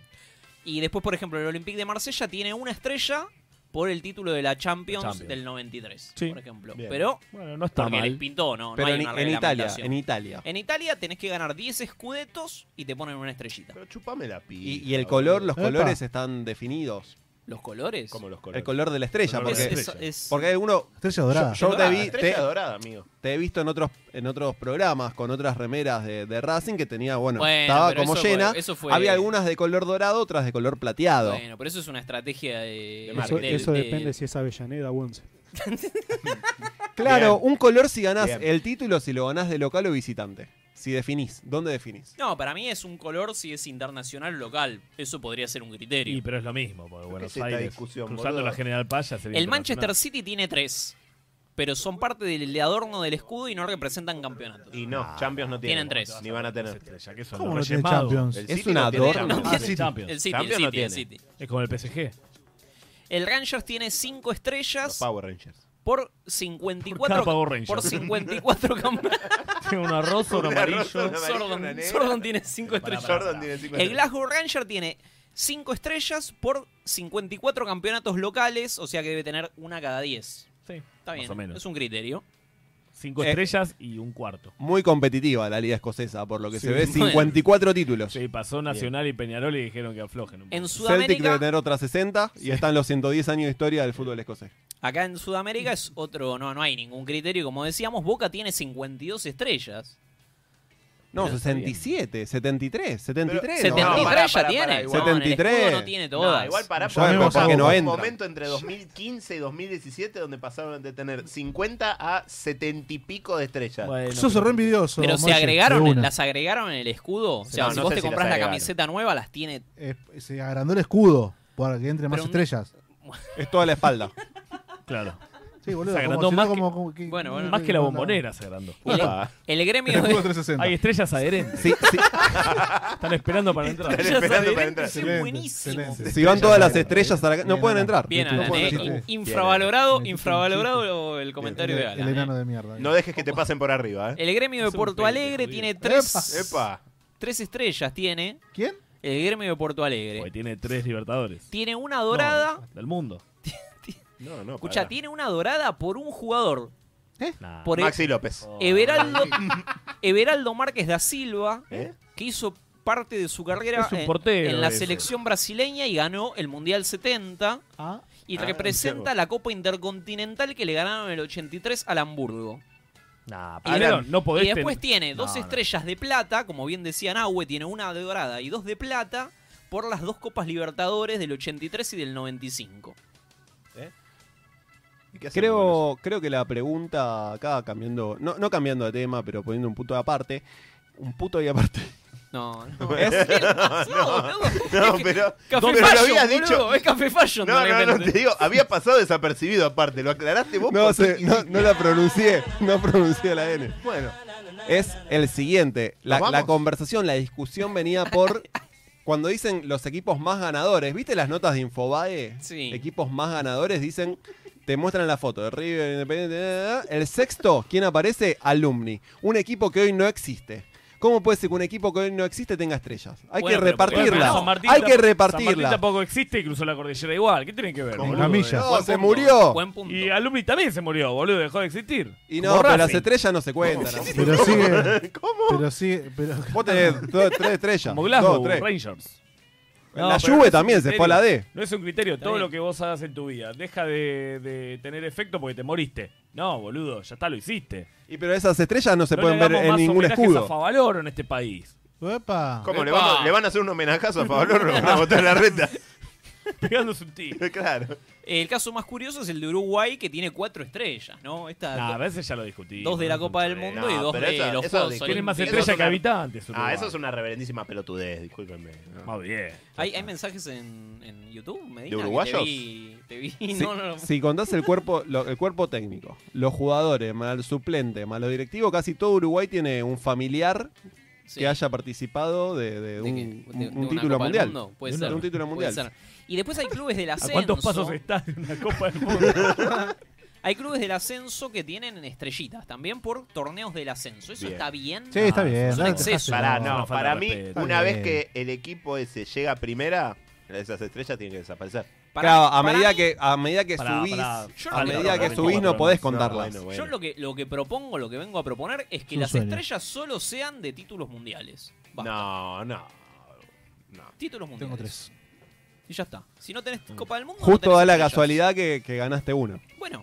Speaker 4: Y después, por ejemplo, el Olympique de Marsella tiene una estrella por el título de la Champions,
Speaker 1: La Champions.
Speaker 4: del 93,
Speaker 1: Sí.
Speaker 4: por ejemplo.
Speaker 2: Bien.
Speaker 4: Pero
Speaker 1: Bueno, no está
Speaker 4: porque les
Speaker 1: mal.
Speaker 4: pintó, no, no
Speaker 5: Pero
Speaker 4: hay
Speaker 5: en,
Speaker 4: una
Speaker 5: en Italia,
Speaker 4: reglamentación.
Speaker 5: en Italia.
Speaker 4: En Italia tenés que ganar 10 escudetos y te ponen una estrellita.
Speaker 2: Pero chupame la pila.
Speaker 5: Y, y el color, los
Speaker 3: Epa.
Speaker 5: colores están definidos.
Speaker 4: ¿Los colores?
Speaker 2: Como los colores.
Speaker 5: El color de la estrella,
Speaker 1: Color
Speaker 4: Es-
Speaker 5: porque,
Speaker 1: de la
Speaker 4: es- es-
Speaker 5: porque hay alguno.
Speaker 3: Estrella dorada.
Speaker 5: Yo te
Speaker 2: Dorada,
Speaker 5: vi, te,
Speaker 2: estrella dorada, amigo.
Speaker 5: te he visto en otros, en otros programas con otras remeras de, de Racing que tenía, bueno,
Speaker 4: Bueno,
Speaker 5: estaba
Speaker 4: pero
Speaker 5: como
Speaker 4: eso fue-
Speaker 5: llena.
Speaker 4: eso fue-
Speaker 5: Había algunas de color dorado, otras de color plateado.
Speaker 4: Bueno, pero eso es una estrategia de...
Speaker 6: Eso,
Speaker 4: del-
Speaker 6: eso
Speaker 4: del-
Speaker 6: depende si es Avellaneda o Once.
Speaker 5: Claro, un color si ganás
Speaker 2: Bien.
Speaker 5: el título, si lo ganás de local o visitante. Si definís, ¿dónde definís?
Speaker 4: No, para mí es un color si es internacional o local. Eso podría ser un criterio.
Speaker 1: Y, pero es lo mismo, porque Buenos
Speaker 2: es esta
Speaker 1: Aires,
Speaker 2: discusión,
Speaker 1: cruzando
Speaker 2: boludo?
Speaker 1: la General Paya. sería
Speaker 4: El Manchester
Speaker 1: internacional.
Speaker 4: City tiene tres, pero son parte del adorno del escudo y no representan campeonatos.
Speaker 2: Y no, Champions no tienen.
Speaker 4: Tienen tres.
Speaker 2: Ni van a tener.
Speaker 1: Estrella, que son
Speaker 3: ¿Cómo
Speaker 1: los
Speaker 3: no
Speaker 1: Reyes
Speaker 3: tiene
Speaker 1: Magos.
Speaker 3: Champions?
Speaker 2: El
Speaker 5: Es
Speaker 2: City
Speaker 5: un
Speaker 2: no tiene
Speaker 5: adorno.
Speaker 2: Champions.
Speaker 1: Ah, sí, Champions.
Speaker 4: El City, el
Speaker 2: Champions
Speaker 4: City,
Speaker 2: no
Speaker 4: el
Speaker 2: tiene.
Speaker 4: City.
Speaker 1: Es como el PSG.
Speaker 4: El Rangers tiene cinco
Speaker 2: Los
Speaker 4: estrellas
Speaker 2: Power Rangers.
Speaker 4: por
Speaker 1: Por
Speaker 4: 54
Speaker 1: cada Power Ranger.
Speaker 4: por 54 campeonatos.
Speaker 1: [laughs] Tiene un arroz,
Speaker 5: [laughs]
Speaker 1: un
Speaker 2: Un arroz,
Speaker 1: amarillo.
Speaker 2: una amarilla, una
Speaker 4: Sordon,
Speaker 2: negra.
Speaker 4: Sordon tiene cinco estrellas.
Speaker 2: Jordan tiene cinco
Speaker 4: El
Speaker 2: estrellas.
Speaker 4: Glasgow Ranger tiene cinco estrellas por 54 campeonatos locales, o sea que debe tener una cada 10.
Speaker 1: Sí,
Speaker 4: Está bien,
Speaker 1: más o menos.
Speaker 4: es un criterio.
Speaker 1: Cinco
Speaker 5: Eh.
Speaker 1: estrellas y un cuarto.
Speaker 5: Muy competitiva la liga escocesa, por lo que se ve,
Speaker 4: Bueno.
Speaker 5: 54 títulos.
Speaker 1: Sí, pasó Nacional y Peñarol y dijeron que aflojen un poco.
Speaker 4: En
Speaker 5: Celtic debe
Speaker 4: Sudamérica,
Speaker 5: tener otras 60 y están los 110 años de historia del fútbol escocés.
Speaker 4: Acá en Sudamérica es otro, no, no hay ningún criterio. Como decíamos, Boca tiene 52 estrellas.
Speaker 5: No, 67, 73, 73.
Speaker 4: Pero-
Speaker 5: no,
Speaker 4: 73
Speaker 5: pará,
Speaker 4: ya
Speaker 5: pará,
Speaker 4: tiene.
Speaker 5: pará,
Speaker 4: igual. No, el
Speaker 5: 73.
Speaker 4: escudo no tiene todas.
Speaker 2: No, igual pará,
Speaker 5: Ya vemos
Speaker 2: porque
Speaker 5: algo.
Speaker 2: hubo
Speaker 5: no
Speaker 2: un
Speaker 5: entra.
Speaker 2: momento entre 2015 y 2017 donde pasaron de tener 50 a 70 y pico de estrellas.
Speaker 3: Sos re envidioso.
Speaker 4: Pero se
Speaker 3: Molle, de
Speaker 4: agregaron,
Speaker 3: una.
Speaker 4: las agregaron en el escudo. O sea,
Speaker 2: No,
Speaker 4: si
Speaker 2: no
Speaker 4: vos
Speaker 2: sé
Speaker 4: te
Speaker 2: si las
Speaker 4: compras la
Speaker 2: agregaron.
Speaker 4: camiseta nueva, las tiene.
Speaker 3: Eh, se agrandó el escudo para que entre más
Speaker 4: Pero un-
Speaker 3: estrellas.
Speaker 5: Es toda la espalda.
Speaker 1: [laughs] Claro.
Speaker 3: Sí, boludo.
Speaker 1: Se
Speaker 3: como
Speaker 1: agrandó
Speaker 3: si
Speaker 1: más
Speaker 3: no
Speaker 1: que-
Speaker 3: como- como que-
Speaker 4: Bueno, bueno.
Speaker 1: Más que la
Speaker 4: [laughs]
Speaker 1: bombonera se agrandó.
Speaker 4: El,
Speaker 1: Opa.
Speaker 4: el gremio
Speaker 3: El [laughs] escudo
Speaker 4: de. [laughs]
Speaker 3: 360.
Speaker 1: Hay estrellas adherentes.
Speaker 5: Sí, sí.
Speaker 1: [laughs] Están esperando para entrar.
Speaker 2: Están esperando para entrar.
Speaker 4: Es buenísimo.
Speaker 5: Si van todas las estrellas a la ca- no pueden entrar.
Speaker 4: Bien,
Speaker 5: No
Speaker 4: Alan,
Speaker 5: pueden
Speaker 4: eh.
Speaker 5: entrar.
Speaker 4: In- infravalorado,
Speaker 3: Bien,
Speaker 4: infravalorado el comentario
Speaker 3: El,
Speaker 4: de
Speaker 3: el
Speaker 4: Alan. eh.
Speaker 3: enano de mierda.
Speaker 2: No dejes que te pasen por arriba, ¿eh?
Speaker 4: El gremio de Porto Alegre tiene tres,
Speaker 2: Epa.
Speaker 4: tres estrellas. Tiene
Speaker 3: ¿Quién?
Speaker 4: el gremio de Porto
Speaker 1: Porque
Speaker 4: Alegre.
Speaker 1: tiene tres libertadores.
Speaker 4: Tiene una dorada.
Speaker 1: Del mundo.
Speaker 2: No, no.
Speaker 4: Escucha,
Speaker 2: pará.
Speaker 4: tiene una dorada por un jugador.
Speaker 1: Nah.
Speaker 4: Por e-
Speaker 2: Maxi López.
Speaker 1: [laughs]
Speaker 4: Everaldo, Everaldo Márquez da Silva,
Speaker 2: ¿Eh?
Speaker 4: que hizo parte de su carrera
Speaker 1: Es un
Speaker 4: en-
Speaker 1: portero
Speaker 4: en, la
Speaker 1: ese.
Speaker 4: selección brasileña y ganó el Mundial 70
Speaker 3: Ah.
Speaker 4: y
Speaker 2: Ah,
Speaker 4: representa
Speaker 2: mira
Speaker 4: la Copa Intercontinental que le ganaron en el 83 al Hamburgo.
Speaker 5: Ah,
Speaker 1: Nah,
Speaker 4: Y
Speaker 1: primero,
Speaker 4: Alan,
Speaker 1: no podés
Speaker 4: y después
Speaker 1: ten-
Speaker 4: tiene dos
Speaker 1: No, no.
Speaker 4: estrellas de plata, como bien decía Nahue, tiene una de dorada y dos de plata por las dos Copas Libertadores del 83 y del 95.
Speaker 2: ¿Y qué hacemos con eso?
Speaker 5: Creo, creo que la pregunta acá, cambiando, no, no cambiando de tema, pero poniendo un punto de aparte, un puto y aparte.
Speaker 4: No,
Speaker 1: [laughs]
Speaker 4: no.
Speaker 2: ¿Es?
Speaker 4: ¿Qué pasó, boludo?
Speaker 2: No,
Speaker 4: Es que-
Speaker 2: pero.
Speaker 4: Café
Speaker 2: pero lo
Speaker 4: Fashion,
Speaker 2: habías
Speaker 4: boludo,
Speaker 2: dicho.
Speaker 4: Es Café Fashion de
Speaker 2: No, no, no,
Speaker 4: repente.
Speaker 2: te digo, había pasado desapercibido aparte, lo aclaraste vos.
Speaker 5: No,
Speaker 2: por
Speaker 5: sé,
Speaker 2: qué
Speaker 5: no,
Speaker 2: quisiste.
Speaker 5: no la pronuncié, no pronuncié la N.
Speaker 2: Bueno,
Speaker 5: Es el siguiente, la,
Speaker 2: ¿Nos
Speaker 5: la
Speaker 2: vamos?
Speaker 5: conversación, la discusión venía por cuando dicen los equipos más ganadores, ¿viste las notas de Infobae?
Speaker 4: Sí.
Speaker 5: Equipos más ganadores dicen, te muestran la foto de River, Independiente, eh, eh, el sexto, ¿quién aparece? Alumni, un equipo que hoy no existe. ¿Cómo puede ser que un equipo que hoy no existe tenga estrellas? Hay
Speaker 4: Bueno,
Speaker 5: que
Speaker 4: pero porque
Speaker 5: repartirla.
Speaker 1: San Martín
Speaker 5: Hay
Speaker 1: tam-
Speaker 5: que
Speaker 1: San Martín
Speaker 5: repartirla.
Speaker 1: tampoco existe y cruzó la cordillera igual. ¿Qué tiene que ver?
Speaker 3: Con
Speaker 1: boludo?
Speaker 3: camilla.
Speaker 5: No,
Speaker 4: Buen
Speaker 5: se
Speaker 4: punto,
Speaker 5: murió.
Speaker 4: Buen punto.
Speaker 1: Y Alumni también se murió, boludo. Dejó de existir.
Speaker 5: Y
Speaker 1: Como
Speaker 5: no, pero
Speaker 1: Racing.
Speaker 5: las estrellas no se cuentan. así.
Speaker 3: Pero sigue. Pero sigue. Pero, [laughs]
Speaker 5: Vos tenés dos, tres estrellas.
Speaker 1: Como Glasgow,
Speaker 5: dos, tres.
Speaker 1: Rangers.
Speaker 5: la
Speaker 1: pero no
Speaker 5: Juve
Speaker 1: es un
Speaker 5: también se fue a la
Speaker 1: criterio.
Speaker 5: D.
Speaker 1: No es un criterio
Speaker 4: Está
Speaker 1: todo
Speaker 4: bien.
Speaker 1: lo que vos hagas en tu vida. Deja de, de tener efecto porque te moriste. No, boludo, ya está, lo hiciste.
Speaker 5: Y pero esas estrellas no se
Speaker 1: No
Speaker 5: pueden
Speaker 1: le
Speaker 5: ver
Speaker 1: damos
Speaker 5: en
Speaker 1: más
Speaker 5: ningún
Speaker 1: homenajes a
Speaker 5: escudo.
Speaker 1: Favaloro en este país. [laughs]
Speaker 3: Epa.
Speaker 2: ¿cómo le,
Speaker 4: Epa.
Speaker 2: vamos- le van a hacer un homenajazo a Pablo? ¿No van a botar la reta?
Speaker 1: Pegándose un tiro.
Speaker 2: Claro.
Speaker 4: El caso más curioso es el de Uruguay, que tiene cuatro estrellas, ¿no? Esta,
Speaker 1: Nah, a veces ya lo discutí.
Speaker 4: dos de la Copa del Mundo y
Speaker 2: No,
Speaker 4: dos
Speaker 2: pero
Speaker 4: de
Speaker 2: eso-
Speaker 4: los
Speaker 2: eso
Speaker 4: Juegos
Speaker 2: de-
Speaker 1: Tienen más
Speaker 4: Olímpicos.
Speaker 1: estrellas que habitantes.
Speaker 2: Ah,
Speaker 1: Uruguay.
Speaker 2: eso es una reverendísima pelotudez, discúlpenme. ¿no?
Speaker 1: Más bien.
Speaker 4: ¿Hay, hay mensajes en, en YouTube, Medina?
Speaker 2: ¿De
Speaker 4: que
Speaker 2: uruguayos?
Speaker 4: Te vi, te vi,
Speaker 5: Si,
Speaker 4: no, no, no.
Speaker 5: si contás el cuerpo, lo- el cuerpo técnico, los jugadores, más el suplente, más los directivos, casi todo Uruguay tiene un familiar
Speaker 4: Sí.
Speaker 5: que haya participado de, de
Speaker 4: ¿De
Speaker 5: un,
Speaker 4: qué?
Speaker 5: un-
Speaker 4: ¿De-
Speaker 5: un
Speaker 4: de una
Speaker 5: título
Speaker 4: Copa del
Speaker 5: mundial.
Speaker 4: Mundo? Puede
Speaker 5: De un-
Speaker 4: ser.
Speaker 5: de un título
Speaker 4: Puede
Speaker 5: mundial.
Speaker 4: ser. Y después hay clubes
Speaker 1: [laughs]
Speaker 4: del
Speaker 1: ¿A
Speaker 4: ascenso.
Speaker 1: cuántos pasos está en una Copa del Mundo?
Speaker 5: [laughs]
Speaker 4: Hay clubes del ascenso que tienen estrellitas también por torneos del ascenso. ¿Eso
Speaker 2: Bien.
Speaker 4: está bien? Ah,
Speaker 3: Sí, está bien.
Speaker 4: es un
Speaker 3: dale,
Speaker 4: exceso.
Speaker 3: dejáselo.
Speaker 2: Pará, no,
Speaker 1: una falta
Speaker 2: para
Speaker 1: de
Speaker 2: mí,
Speaker 1: respeto.
Speaker 2: una vez
Speaker 3: Está
Speaker 2: que el equipo ese llega a primera, esas estrellas tienen que desaparecer.
Speaker 4: Para-
Speaker 5: claro, a
Speaker 4: para
Speaker 5: medida
Speaker 4: mí,
Speaker 5: que, a medida que
Speaker 1: Pará,
Speaker 5: subís,
Speaker 1: pará.
Speaker 4: Yo
Speaker 5: a
Speaker 4: no
Speaker 5: medida
Speaker 4: creo
Speaker 5: que
Speaker 4: que
Speaker 5: subís no
Speaker 2: tenga
Speaker 5: podés
Speaker 2: problemas.
Speaker 5: contarlas.
Speaker 2: No,
Speaker 4: Yo
Speaker 2: bueno.
Speaker 4: lo que, lo que propongo, lo que vengo a proponer es que
Speaker 3: Es un
Speaker 4: las
Speaker 3: sueño.
Speaker 4: estrellas solo sean de títulos mundiales. Basta.
Speaker 2: No, no. no.
Speaker 4: Títulos mundiales.
Speaker 3: Tengo tres.
Speaker 4: Y ya está. Si no tenés Copa del Mundo. no
Speaker 5: Justo
Speaker 4: tenés
Speaker 5: da la
Speaker 4: estrellas.
Speaker 5: casualidad que, que ganaste uno.
Speaker 4: Bueno,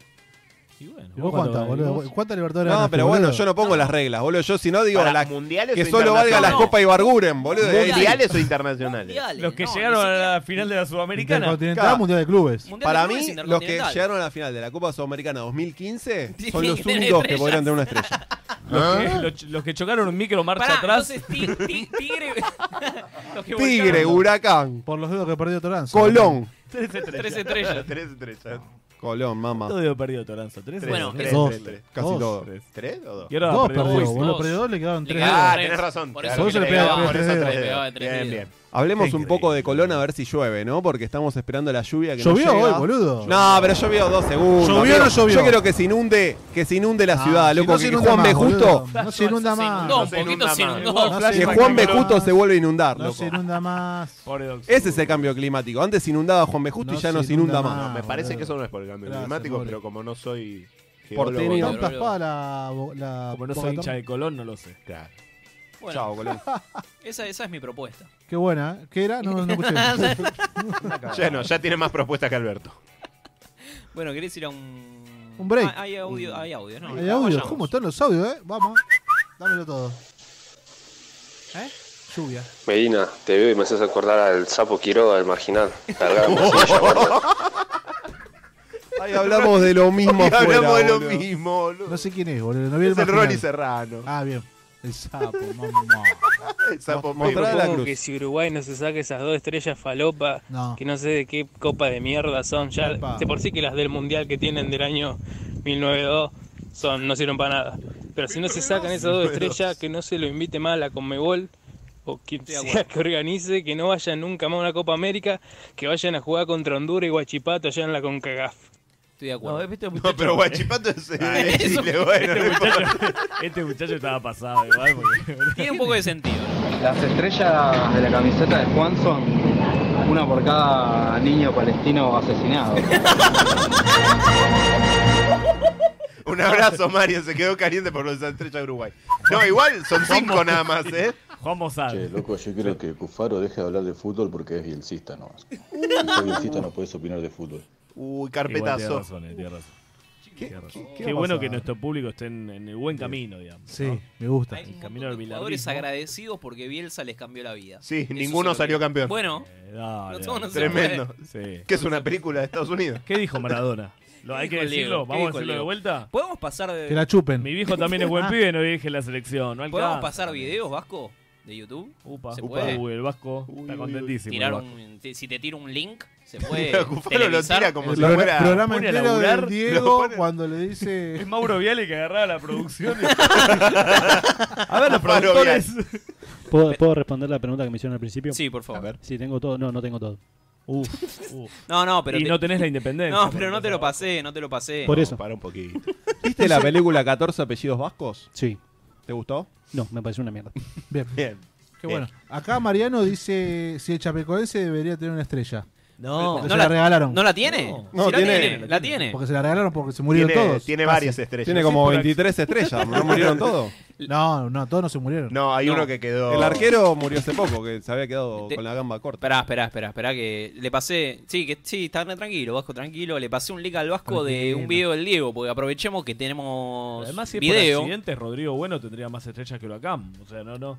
Speaker 1: Y bueno,
Speaker 3: ¿Y vos cuántas, boludo? ¿Cuántas libertadores
Speaker 5: No,
Speaker 3: ganaste,
Speaker 5: pero bueno,
Speaker 3: boludo?
Speaker 5: yo no pongo
Speaker 4: No.
Speaker 5: las reglas, boludo. Yo si no digo
Speaker 2: Para
Speaker 5: la-
Speaker 2: mundiales
Speaker 5: que
Speaker 2: o
Speaker 5: solo valga la
Speaker 2: internacionales?
Speaker 5: Copa Ibarguren, boludo. de ahí-
Speaker 2: ¿Mundiales o internacionales?
Speaker 4: mundiales.
Speaker 1: Los que
Speaker 4: no, ni
Speaker 1: llegaron a
Speaker 4: siquiera-
Speaker 1: la final de la Sudamericana.
Speaker 3: Intercontinental,
Speaker 5: Claro.
Speaker 3: Mundial de Clubes.
Speaker 4: Mundial de
Speaker 5: Para
Speaker 4: Clubes
Speaker 5: mí, los que
Speaker 4: Intercontinental.
Speaker 5: llegaron a la final de la Copa
Speaker 4: [laughs]
Speaker 5: Sudamericana 2015
Speaker 4: Tienen
Speaker 5: son
Speaker 4: que
Speaker 5: los
Speaker 4: tener
Speaker 5: únicos que
Speaker 4: estrellas.
Speaker 5: podrían tener
Speaker 4: [laughs]
Speaker 5: una estrella.
Speaker 1: Los que, los- los que chocaron un micro marcha
Speaker 4: Pará,
Speaker 1: atrás.
Speaker 4: entonces ti- ti- Tigre. los que
Speaker 5: Tigre,
Speaker 4: volcaron
Speaker 5: Huracán,
Speaker 3: Por los dedos que perdió Toranzo.
Speaker 5: Colón.
Speaker 1: Tres estrellas.
Speaker 4: Tres estrellas.
Speaker 2: Tres estrellas.
Speaker 5: Colón, mamá.
Speaker 1: Todo dio perdido, Toranzo. Tres
Speaker 2: Tres,
Speaker 4: Bueno,
Speaker 2: tres,
Speaker 3: dos.
Speaker 2: tres, tres.
Speaker 5: Casi
Speaker 3: Dos. eh.
Speaker 5: todo.
Speaker 2: ¿Tres o dos?
Speaker 1: ¿eh? Y ahora
Speaker 3: Dos
Speaker 1: perdió
Speaker 3: perdió,
Speaker 1: Wiz.
Speaker 3: boludo.
Speaker 4: Dos.
Speaker 3: Perdió dos, le quedaron
Speaker 4: Le
Speaker 3: tres.
Speaker 4: quedaron
Speaker 2: Ah,
Speaker 4: tres.
Speaker 2: tenés razón.
Speaker 4: Por
Speaker 2: claro,
Speaker 4: eso
Speaker 2: que
Speaker 3: se le
Speaker 2: te
Speaker 3: pegaba
Speaker 2: pegaba,
Speaker 3: tres
Speaker 2: por eso
Speaker 3: dedos.
Speaker 2: tres dedos.
Speaker 4: Le pegaba tres
Speaker 2: Bien,
Speaker 4: dedos.
Speaker 2: bien.
Speaker 5: Hablemos un
Speaker 2: Increíble.
Speaker 5: poco de Colón a ver si llueve, ¿no? Porque estamos esperando la lluvia que no
Speaker 3: Llovió
Speaker 5: llega.
Speaker 3: hoy, boludo.
Speaker 5: No, pero llovió dos segundos.
Speaker 3: ¿Llovió o no
Speaker 5: amigo.
Speaker 3: llovió?
Speaker 5: Yo quiero que se inunde, que se inunde la ciudad,
Speaker 3: Ah, Si
Speaker 5: loco.
Speaker 3: no se
Speaker 5: que
Speaker 3: inunda
Speaker 5: Juan B.
Speaker 3: más,
Speaker 5: Justo,
Speaker 3: boludo.
Speaker 5: [laughs]
Speaker 3: No se inunda
Speaker 4: Se
Speaker 3: más.
Speaker 4: inundó un
Speaker 2: No se
Speaker 4: poquito,
Speaker 2: inunda
Speaker 4: se
Speaker 2: más.
Speaker 4: inundó.
Speaker 3: No
Speaker 5: que
Speaker 3: se
Speaker 5: Juan B.
Speaker 3: inunda
Speaker 5: Justo
Speaker 3: más.
Speaker 5: se vuelve a inundar,
Speaker 3: No se
Speaker 5: loco.
Speaker 3: inunda más.
Speaker 1: Pobre Doc
Speaker 5: Ese es
Speaker 1: Sur.
Speaker 5: el cambio climático. Antes inundaba Juan B. Justo
Speaker 3: No
Speaker 5: y ya
Speaker 3: se
Speaker 5: no se
Speaker 3: inunda
Speaker 5: inunda más.
Speaker 3: más.
Speaker 2: Me
Speaker 3: Ah,
Speaker 2: parece
Speaker 3: boludo.
Speaker 2: que eso no es por el cambio
Speaker 3: Gracias,
Speaker 2: climático,
Speaker 3: pobre.
Speaker 2: pero como no soy
Speaker 5: Porteño.
Speaker 2: geólogo,
Speaker 3: Tan taspada la. la
Speaker 1: Como no
Speaker 3: Boca
Speaker 1: soy hincha
Speaker 3: Tom-
Speaker 1: de Colón, no lo sé.
Speaker 2: claro.
Speaker 4: Bueno,
Speaker 2: [laughs]
Speaker 5: Chao, Colón.
Speaker 4: Esa, esa es mi propuesta.
Speaker 3: Qué buena. ¿eh? ¿Qué era? No, no escuché.
Speaker 5: [laughs]
Speaker 2: Ya no, ya tiene más propuestas que Alberto.
Speaker 4: Bueno, ¿querés ir a un.
Speaker 3: Un break.
Speaker 4: Ah, hay audio, hay audio, ¿no?
Speaker 3: Hay audio.
Speaker 4: Vayamos.
Speaker 3: ¿Cómo están los audios, eh? Vamos. Dámelo todo. Lluvia.
Speaker 11: Medina, te veo y me haces acordar al sapo Quiroga, del
Speaker 6: [laughs]
Speaker 11: marginal. Largar la morcilla, guarda.
Speaker 5: Ahí hablamos de lo mismo
Speaker 3: Ahí
Speaker 5: afuera,
Speaker 3: hablamos de lo
Speaker 5: boludo.
Speaker 2: mismo,
Speaker 3: No sé quién es, boludo. No vi el
Speaker 5: Es el
Speaker 3: marginal.
Speaker 5: Ronnie
Speaker 2: Serrano.
Speaker 3: Ah, bien. El sapo, mamá.
Speaker 2: El sapo
Speaker 8: Supongo que si Uruguay no se saca esas dos estrellas falopa,
Speaker 3: No.
Speaker 8: que no sé de qué copa de mierda son, ya
Speaker 3: Epa.
Speaker 8: de por sí que las del mundial que tienen del año 1902 son, no sirven para nada. Pero si no se sacan esas dos
Speaker 9: 1902.
Speaker 8: estrellas, que no se lo invite más a la Conmebol o quien
Speaker 9: de
Speaker 8: sea [laughs]
Speaker 9: acuerdo.
Speaker 8: que organice, que no vayan nunca más a una Copa América, que vayan a jugar contra Honduras y Guachipato allá en la CONCACAF.
Speaker 4: Estoy de acuerdo.
Speaker 2: No, [laughs] pero Guachipato es eh,
Speaker 8: Ah,
Speaker 2: de
Speaker 8: eso-
Speaker 2: Chile, bueno.
Speaker 1: Este
Speaker 2: no importa.
Speaker 1: muchacho, [laughs] este muchacho estaba pasado igual. porque-
Speaker 4: Tiene un poco de sentido.
Speaker 9: Las estrellas de la camiseta de Juan son una por cada niño palestino asesinado.
Speaker 2: Un abrazo, Mario. Se quedó caliente por los estrellas de Uruguay. No, igual son cinco nada más, ¿eh?
Speaker 1: Juan Mozart.
Speaker 12: Che, loco, yo creo que Cufaro deje de hablar de fútbol porque es bielcista
Speaker 8: [laughs]
Speaker 12: nomás. Si sos bielcista no puedes opinar de fútbol.
Speaker 2: Uy,
Speaker 1: Igual tiene
Speaker 2: carpetazo.
Speaker 1: razón, eh, tiene razón. Tiene razón. Qué,
Speaker 2: qué va a
Speaker 1: bueno
Speaker 2: pasar?
Speaker 1: que nuestro público esté en, en el buen camino, digamos.
Speaker 3: Sí,
Speaker 1: ¿no?
Speaker 3: me gusta.
Speaker 1: El camino del
Speaker 4: Jugadores
Speaker 1: milagroso.
Speaker 4: agradecidos porque Bielsa les cambió la vida.
Speaker 2: Sí,
Speaker 4: Eso
Speaker 2: ninguno
Speaker 4: se lo
Speaker 2: salió
Speaker 4: creo.
Speaker 2: campeón.
Speaker 4: Bueno,
Speaker 1: Eh, dale,
Speaker 4: no, todo no
Speaker 2: [laughs]
Speaker 4: se
Speaker 2: Tremendo.
Speaker 4: puede.
Speaker 1: Sí.
Speaker 2: Que es una película de Estados Unidos.
Speaker 1: ¿Qué dijo Maradona? ¿Lo hay
Speaker 4: ¿Qué
Speaker 1: que
Speaker 4: dijo Leo?
Speaker 1: decirlo?
Speaker 4: ¿Qué
Speaker 1: ¿Vamos a
Speaker 4: dijo
Speaker 1: decirlo de
Speaker 4: Leo?
Speaker 1: vuelta?
Speaker 4: ¿Podemos pasar de-
Speaker 3: Que la chupen.
Speaker 1: Mi viejo también es [laughs] buen pibe, no dije la selección. No
Speaker 4: ¿Podemos
Speaker 1: alcanza.
Speaker 4: pasar videos, Vasco? ¿De YouTube?
Speaker 1: Upa,
Speaker 4: ¿Se
Speaker 1: upa,
Speaker 4: puede?
Speaker 1: uy, el Vasco
Speaker 4: Uy,
Speaker 1: está
Speaker 4: uy,
Speaker 1: contentísimo.
Speaker 4: Tirar
Speaker 1: el
Speaker 4: un- te- si te tiro un link, se puede.
Speaker 2: Cufaro lo tira
Speaker 4: televisar?
Speaker 2: como
Speaker 3: El
Speaker 2: si
Speaker 3: pro-
Speaker 2: fuera.
Speaker 3: programa
Speaker 1: pone a
Speaker 3: entero de
Speaker 1: laburar,
Speaker 2: lo
Speaker 3: Diego
Speaker 2: pone-
Speaker 3: cuando le dice.
Speaker 1: Es Mauro Viale que agarraba la
Speaker 4: [laughs]
Speaker 1: producción. y- a ver, los productores.
Speaker 6: ¿Puedo, puedo responder la pregunta que me hicieron al principio?
Speaker 4: Sí, por favor. A ver.
Speaker 6: Sí, tengo todo. No, no tengo todo.
Speaker 1: Uf, uf.
Speaker 4: No, no, pero.
Speaker 1: Y
Speaker 4: te-
Speaker 1: no tenés la independencia.
Speaker 4: No, pero no te lo pasé, no te lo pasé.
Speaker 6: [laughs] Por eso.
Speaker 2: Para un poquito.
Speaker 5: ¿Viste la película 14 apellidos vascos?
Speaker 6: Sí.
Speaker 5: ¿Te gustó?
Speaker 6: No, me pareció una mierda.
Speaker 3: Bien.
Speaker 2: Bien.
Speaker 3: Qué bueno. Acá Mariano dice si el chapecoense debería tener una estrella.
Speaker 4: No,
Speaker 3: Porque
Speaker 4: no
Speaker 3: se la, regalaron.
Speaker 4: No la tiene.
Speaker 5: No,
Speaker 4: Sí la
Speaker 5: tiene-
Speaker 4: tiene, la tiene.
Speaker 3: Porque se la regalaron porque se murieron
Speaker 2: Tiene-
Speaker 3: todos.
Speaker 2: tiene
Speaker 3: Fácil.
Speaker 2: varias eh. estrellas.
Speaker 5: Tiene como 23 estrellas, ¿no
Speaker 2: [laughs]
Speaker 5: murieron todos?
Speaker 3: No, no, todos no se murieron.
Speaker 2: No, hay
Speaker 4: No.
Speaker 2: uno que quedó.
Speaker 5: El arquero murió hace poco, que se había quedado
Speaker 4: Te-
Speaker 5: con la gamba corta.
Speaker 4: Esperá, esperá, esperá, esperá que le pasé. Sí, que sí, está tranquilo, Vasco, tranquilo. Le pasé un link al Vasco de
Speaker 3: Tranquilo.
Speaker 4: un video del Diego, porque aprovechemos que tenemos
Speaker 1: Además, si es por
Speaker 4: video.
Speaker 1: accidentes, Rodrigo Bueno tendría más estrellas que Huracán. O sea, no, no.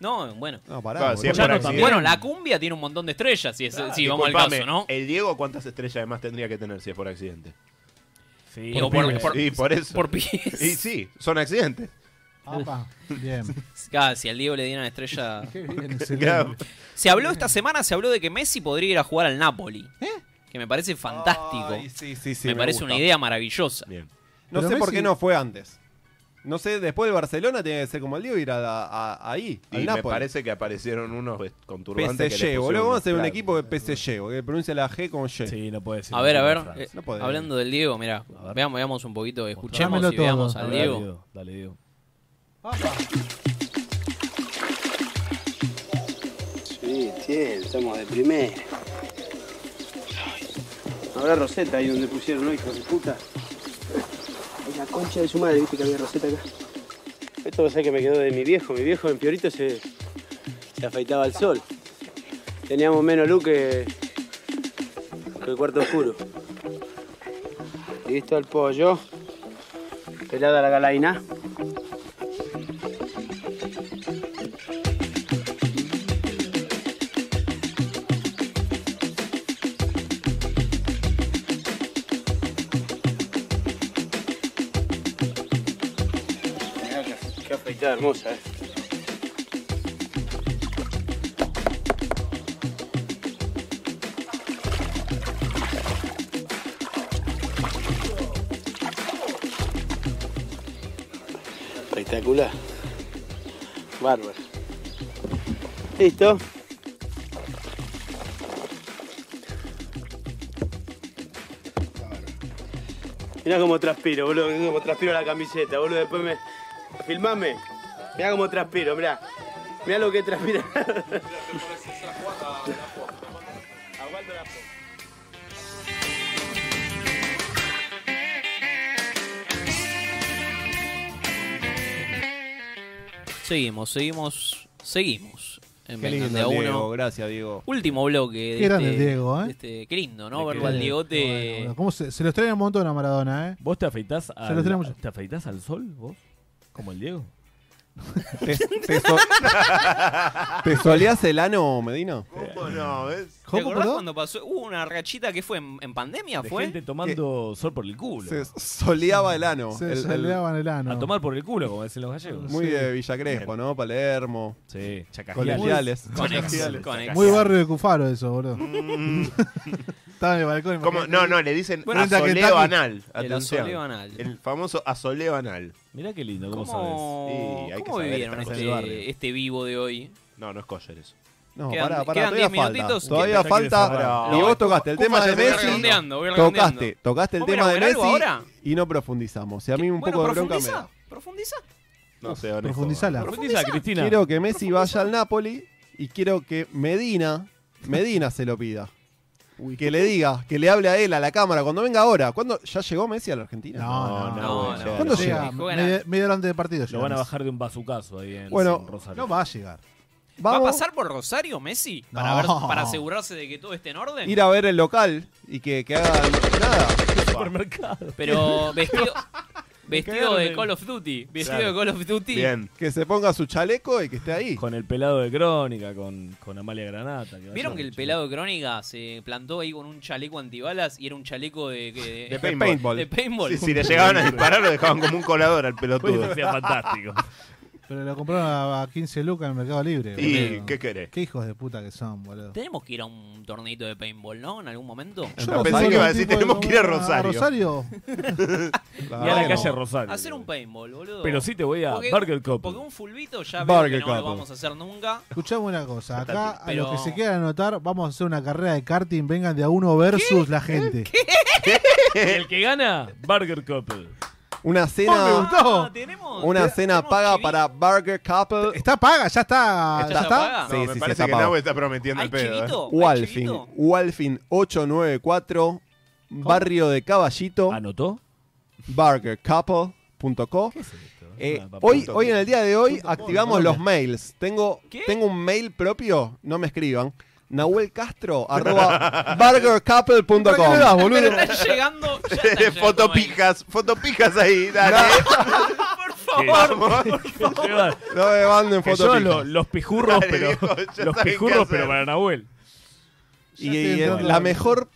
Speaker 4: No, bueno.
Speaker 5: No, pará.
Speaker 2: Claro,
Speaker 5: boludo.
Speaker 2: si Ah, es
Speaker 1: Moyano
Speaker 2: por
Speaker 1: también.
Speaker 2: accidente.
Speaker 4: Bueno, la cumbia tiene un montón de estrellas, si, es-
Speaker 2: Ah,
Speaker 4: si vamos al caso,
Speaker 2: disculpame,
Speaker 4: ¿no?
Speaker 2: El Diego, ¿cuántas estrellas además tendría que tener si es por accidente?
Speaker 1: Sí,
Speaker 4: Digo,
Speaker 1: por-
Speaker 4: por-
Speaker 2: sí, por eso.
Speaker 4: por pies.
Speaker 2: Y sí, son accidentes.
Speaker 3: Apa, Ah, bien.
Speaker 4: [laughs] Claro, si al Diego le dieran estrella.
Speaker 3: Qué bien, excelente.
Speaker 2: Claro.
Speaker 4: Se habló esta semana, se habló de que Messi podría ir a jugar al Napoli. Que me parece fantástico.
Speaker 5: Ay, sí, sí, sí,
Speaker 4: me, parece
Speaker 5: gusta.
Speaker 4: una idea maravillosa.
Speaker 2: Bien.
Speaker 5: No
Speaker 3: Pero
Speaker 5: sé por
Speaker 3: Messi-
Speaker 5: qué no fue antes. No sé, después del Barcelona tiene que ser como el Diego ir a, la- a- ahí,
Speaker 2: Y
Speaker 5: al
Speaker 2: me
Speaker 5: Napoli.
Speaker 2: parece que aparecieron unos ves- con turbantes que les
Speaker 5: PSG,
Speaker 2: pusieron
Speaker 5: boludo. Vamos a hacer un
Speaker 2: unos
Speaker 5: equipo de PSG, que pronuncia la G con Y.
Speaker 1: Sí, no puede ser.
Speaker 4: A ver, a ver.
Speaker 1: Francia.
Speaker 4: eh,
Speaker 5: No podés.
Speaker 4: hablando del Diego, mira,
Speaker 1: ver.
Speaker 4: veamos, veamos un poquito, escuchemos
Speaker 3: Dámelo
Speaker 4: y veamos
Speaker 3: todo.
Speaker 4: al
Speaker 1: Dale,
Speaker 4: Diego.
Speaker 1: Diego, Dale, Diego.
Speaker 13: Sí, cielo, estamos de primera. Ay, Habrá Rosetta ahí donde pusieron, ¿no? Hijo de puta. Ay, la concha de su madre, viste que había Rosetta acá. Esto vos sabés que me quedó de mi viejo. Mi viejo en Piorito se, se afeitaba al sol. Teníamos menos luz que, que el cuarto oscuro. Listo el pollo. Pelada la galaina. Qué afeitada hermosa, eh. Espectacular. Bárbaro. Listo. Mirá cómo transpiro, boludo. Mirá cómo transpiro la camiseta, boludo. Después me. Filmame. Mirá cómo transpiro, mirá. Mirá lo que transpira. [laughs]
Speaker 4: Seguimos, seguimos, seguimos. En
Speaker 5: Qué
Speaker 4: Vengan
Speaker 5: lindo,
Speaker 4: de a
Speaker 5: Diego.
Speaker 4: uno.
Speaker 5: Gracias,
Speaker 2: [laughs]
Speaker 5: Diego.
Speaker 4: Último bloque. de
Speaker 3: Qué grande
Speaker 4: este-
Speaker 3: el Diego, ¿eh?
Speaker 4: de este- qué lindo, ¿no?
Speaker 1: Me
Speaker 4: Verlo al
Speaker 1: quedé-
Speaker 3: Bueno,
Speaker 4: Diegote.
Speaker 3: bueno, ¿cómo se, se lo extraña un montón a Maradona, ¿eh?
Speaker 1: ¿Vos te afeitás
Speaker 3: los tenemos.
Speaker 1: al, ¿te afeitás al sol, vos? ¿Como el Diego?
Speaker 5: ¿Te, te so- ¿Te soleás el ano, Medina?
Speaker 2: ¿Cómo no? ¿Ves?
Speaker 4: ¿Te acordás cuando pasó? Hubo una rachita que fue en, en pandemia,
Speaker 1: De
Speaker 4: ¿Ah, ¿fue?
Speaker 1: gente tomando sol por el culo.
Speaker 5: Se soleaba el ano.
Speaker 3: Se
Speaker 5: El- el-
Speaker 3: soleaban el ano.
Speaker 1: A tomar por el culo, como dicen los gallegos.
Speaker 5: Muy de Villa Crespo, ¿no? Palermo.
Speaker 1: Sí,
Speaker 3: Muy-
Speaker 1: Chacajiales.
Speaker 5: Colegiales.
Speaker 1: Conex-
Speaker 5: Chacajiales.
Speaker 1: Conex.
Speaker 3: Muy barrio de Cufaro eso, boludo. [laughs] Estaba en el balcón.
Speaker 2: ¿Cómo? No,
Speaker 3: imagínate.
Speaker 2: no, le dicen
Speaker 3: Bueno,
Speaker 2: asoleo
Speaker 3: Kentucky.
Speaker 2: anal.
Speaker 4: El
Speaker 2: Atención.
Speaker 4: asoleo anal.
Speaker 2: El famoso asoleo anal.
Speaker 1: Mirá qué lindo,
Speaker 4: ¿Cómo,
Speaker 2: Sí, hay que
Speaker 4: cómo
Speaker 2: saber
Speaker 4: vivieron
Speaker 2: estas cosas.
Speaker 4: este, este vivo de hoy?
Speaker 2: No, no es kosher eso.
Speaker 5: No,
Speaker 4: Quedan-
Speaker 5: pará, pará,
Speaker 4: quedan
Speaker 5: todavía
Speaker 4: 10
Speaker 5: falta.
Speaker 4: minutitos.
Speaker 5: Todavía
Speaker 4: ¿Qué-
Speaker 5: falta.
Speaker 4: Pará.
Speaker 5: Y vos tocaste el
Speaker 4: Cufa,
Speaker 5: tema de
Speaker 4: yo voy
Speaker 5: Messi.
Speaker 4: redondeando, voy redondeando.
Speaker 5: Tocaste, tocaste el
Speaker 4: ¿Vos me
Speaker 5: tema de
Speaker 4: largo
Speaker 5: Messi
Speaker 4: ahora?
Speaker 5: y no profundizamos. Y a mí un
Speaker 4: Bueno,
Speaker 5: poco de bronca me
Speaker 4: profundiza,
Speaker 5: da.
Speaker 4: profundiza.
Speaker 2: No sé, honesto.
Speaker 3: Profundizala.
Speaker 1: Profundiza, Cristina.
Speaker 5: Quiero que Messi vaya al Napoli y quiero que Medina, Medina se lo pida. que le diga, que le hable a él, a la cámara, cuando venga ahora. ¿Cuándo? ¿Ya llegó Messi a la Argentina?
Speaker 3: No,
Speaker 2: no,
Speaker 3: no, güey.
Speaker 2: no.
Speaker 3: Ah, ¿Cuándo
Speaker 2: Sí,
Speaker 3: llega?
Speaker 4: juegan a-
Speaker 3: Media, media hora antes de partido.
Speaker 1: Lo
Speaker 3: llega
Speaker 1: van a
Speaker 3: Messi.
Speaker 1: bajar de un bazucazo ahí en
Speaker 5: Bueno,
Speaker 1: en Rosario.
Speaker 3: No va a llegar.
Speaker 4: ¿Va a
Speaker 5: Vamos.
Speaker 4: pasar por Rosario, Messi? Para,
Speaker 5: No.
Speaker 4: ver- para asegurarse de que todo esté en orden.
Speaker 5: Ir a ver el local y que, que haga nada.
Speaker 1: Supermercado.
Speaker 4: Pero vestido, vestido de
Speaker 1: cagaron.
Speaker 4: Call of Duty. Vestido
Speaker 1: Claro.
Speaker 4: de Call of Duty.
Speaker 5: Que se ponga su chaleco y que esté ahí.
Speaker 1: Con el pelado de Crónica, con, con Amalia Granata. que va a
Speaker 4: ¿Vieron
Speaker 1: ser
Speaker 4: que el
Speaker 1: mucho. [laughs]
Speaker 4: pelado de Crónica se plantó ahí con un chaleco antibalas y era un chaleco de, que-
Speaker 2: De paintball.
Speaker 4: de paintball?
Speaker 2: Sí, si le llegaban a disparar, lo dejaban como un
Speaker 4: [laughs]
Speaker 2: colador al pelotudo.
Speaker 1: Sería fantástico.
Speaker 3: Pero lo compraron a a 15 lucas en el Mercado Libre.
Speaker 2: ¿Y
Speaker 3: boludo.
Speaker 2: qué querés?
Speaker 3: Qué hijos de puta que son, boludo.
Speaker 4: Tenemos que ir a un torneito de paintball, ¿no? En algún momento.
Speaker 2: Yo no pensé que iba a decir, tenemos que ir a Rosario.
Speaker 3: Rosario?
Speaker 1: Y a la calle Rosario.
Speaker 4: Hacer un paintball, boludo.
Speaker 1: Pero sí te voy a
Speaker 4: Porque-
Speaker 1: Burger Cup.
Speaker 4: Porque un fulbito ya veo que
Speaker 5: Burger
Speaker 4: no lo
Speaker 5: Cup.
Speaker 4: vamos a hacer nunca.
Speaker 3: Escuchame una cosa. Acá, a
Speaker 4: Pero-
Speaker 3: los que se quieran anotar, vamos a hacer una carrera de karting. Vengan de a uno versus la gente.
Speaker 1: Y el que gana, Burger Couple. Ah,
Speaker 5: Una
Speaker 3: Oh, me
Speaker 5: cena,
Speaker 3: gustó.
Speaker 4: Ah, Tenemos.
Speaker 5: una cena paga para Burger Couple.
Speaker 3: Está paga, ya está.
Speaker 5: Está-
Speaker 3: ¿Ya está?
Speaker 4: paga?
Speaker 5: Sí,
Speaker 2: No, me
Speaker 5: sí, sí,
Speaker 2: parece
Speaker 5: está
Speaker 2: que
Speaker 5: pago.
Speaker 2: Nahue está prometiendo
Speaker 4: ¿Hay
Speaker 2: el pedo. ¿eh?
Speaker 4: chivito? ¿Hay
Speaker 5: Walfin,
Speaker 4: chivito?
Speaker 5: Walfin 894, barrio de Caballito,
Speaker 1: ¿Anotó?
Speaker 5: burgercouple.co. Eh, hoy, hoy en el día de hoy activamos los mails. Tengo,
Speaker 4: ¿Qué?
Speaker 5: tengo un mail propio, no me escriban. Nahuel Castro arroba burgercouple.com.
Speaker 3: ¿Para qué me das, boludo?
Speaker 4: Pero están llegando. ya están
Speaker 2: Eh,
Speaker 4: llegando ahí.
Speaker 2: Fotopijas, fotopijas ahí, dale.
Speaker 4: Por favor.
Speaker 1: [laughs]
Speaker 2: Vamos.
Speaker 1: Esteban,
Speaker 5: [laughs] No me manden
Speaker 1: que yo
Speaker 5: fotos.
Speaker 1: lo- los pijurros,
Speaker 2: Dale,
Speaker 1: pero.
Speaker 2: viejo, ya saben
Speaker 1: los
Speaker 2: qué
Speaker 1: pijurros,
Speaker 2: hacer.
Speaker 1: pero para Nahuel.
Speaker 5: Y,
Speaker 3: Ya estoy
Speaker 5: y
Speaker 3: entrando
Speaker 5: la
Speaker 3: ahí.
Speaker 5: mejor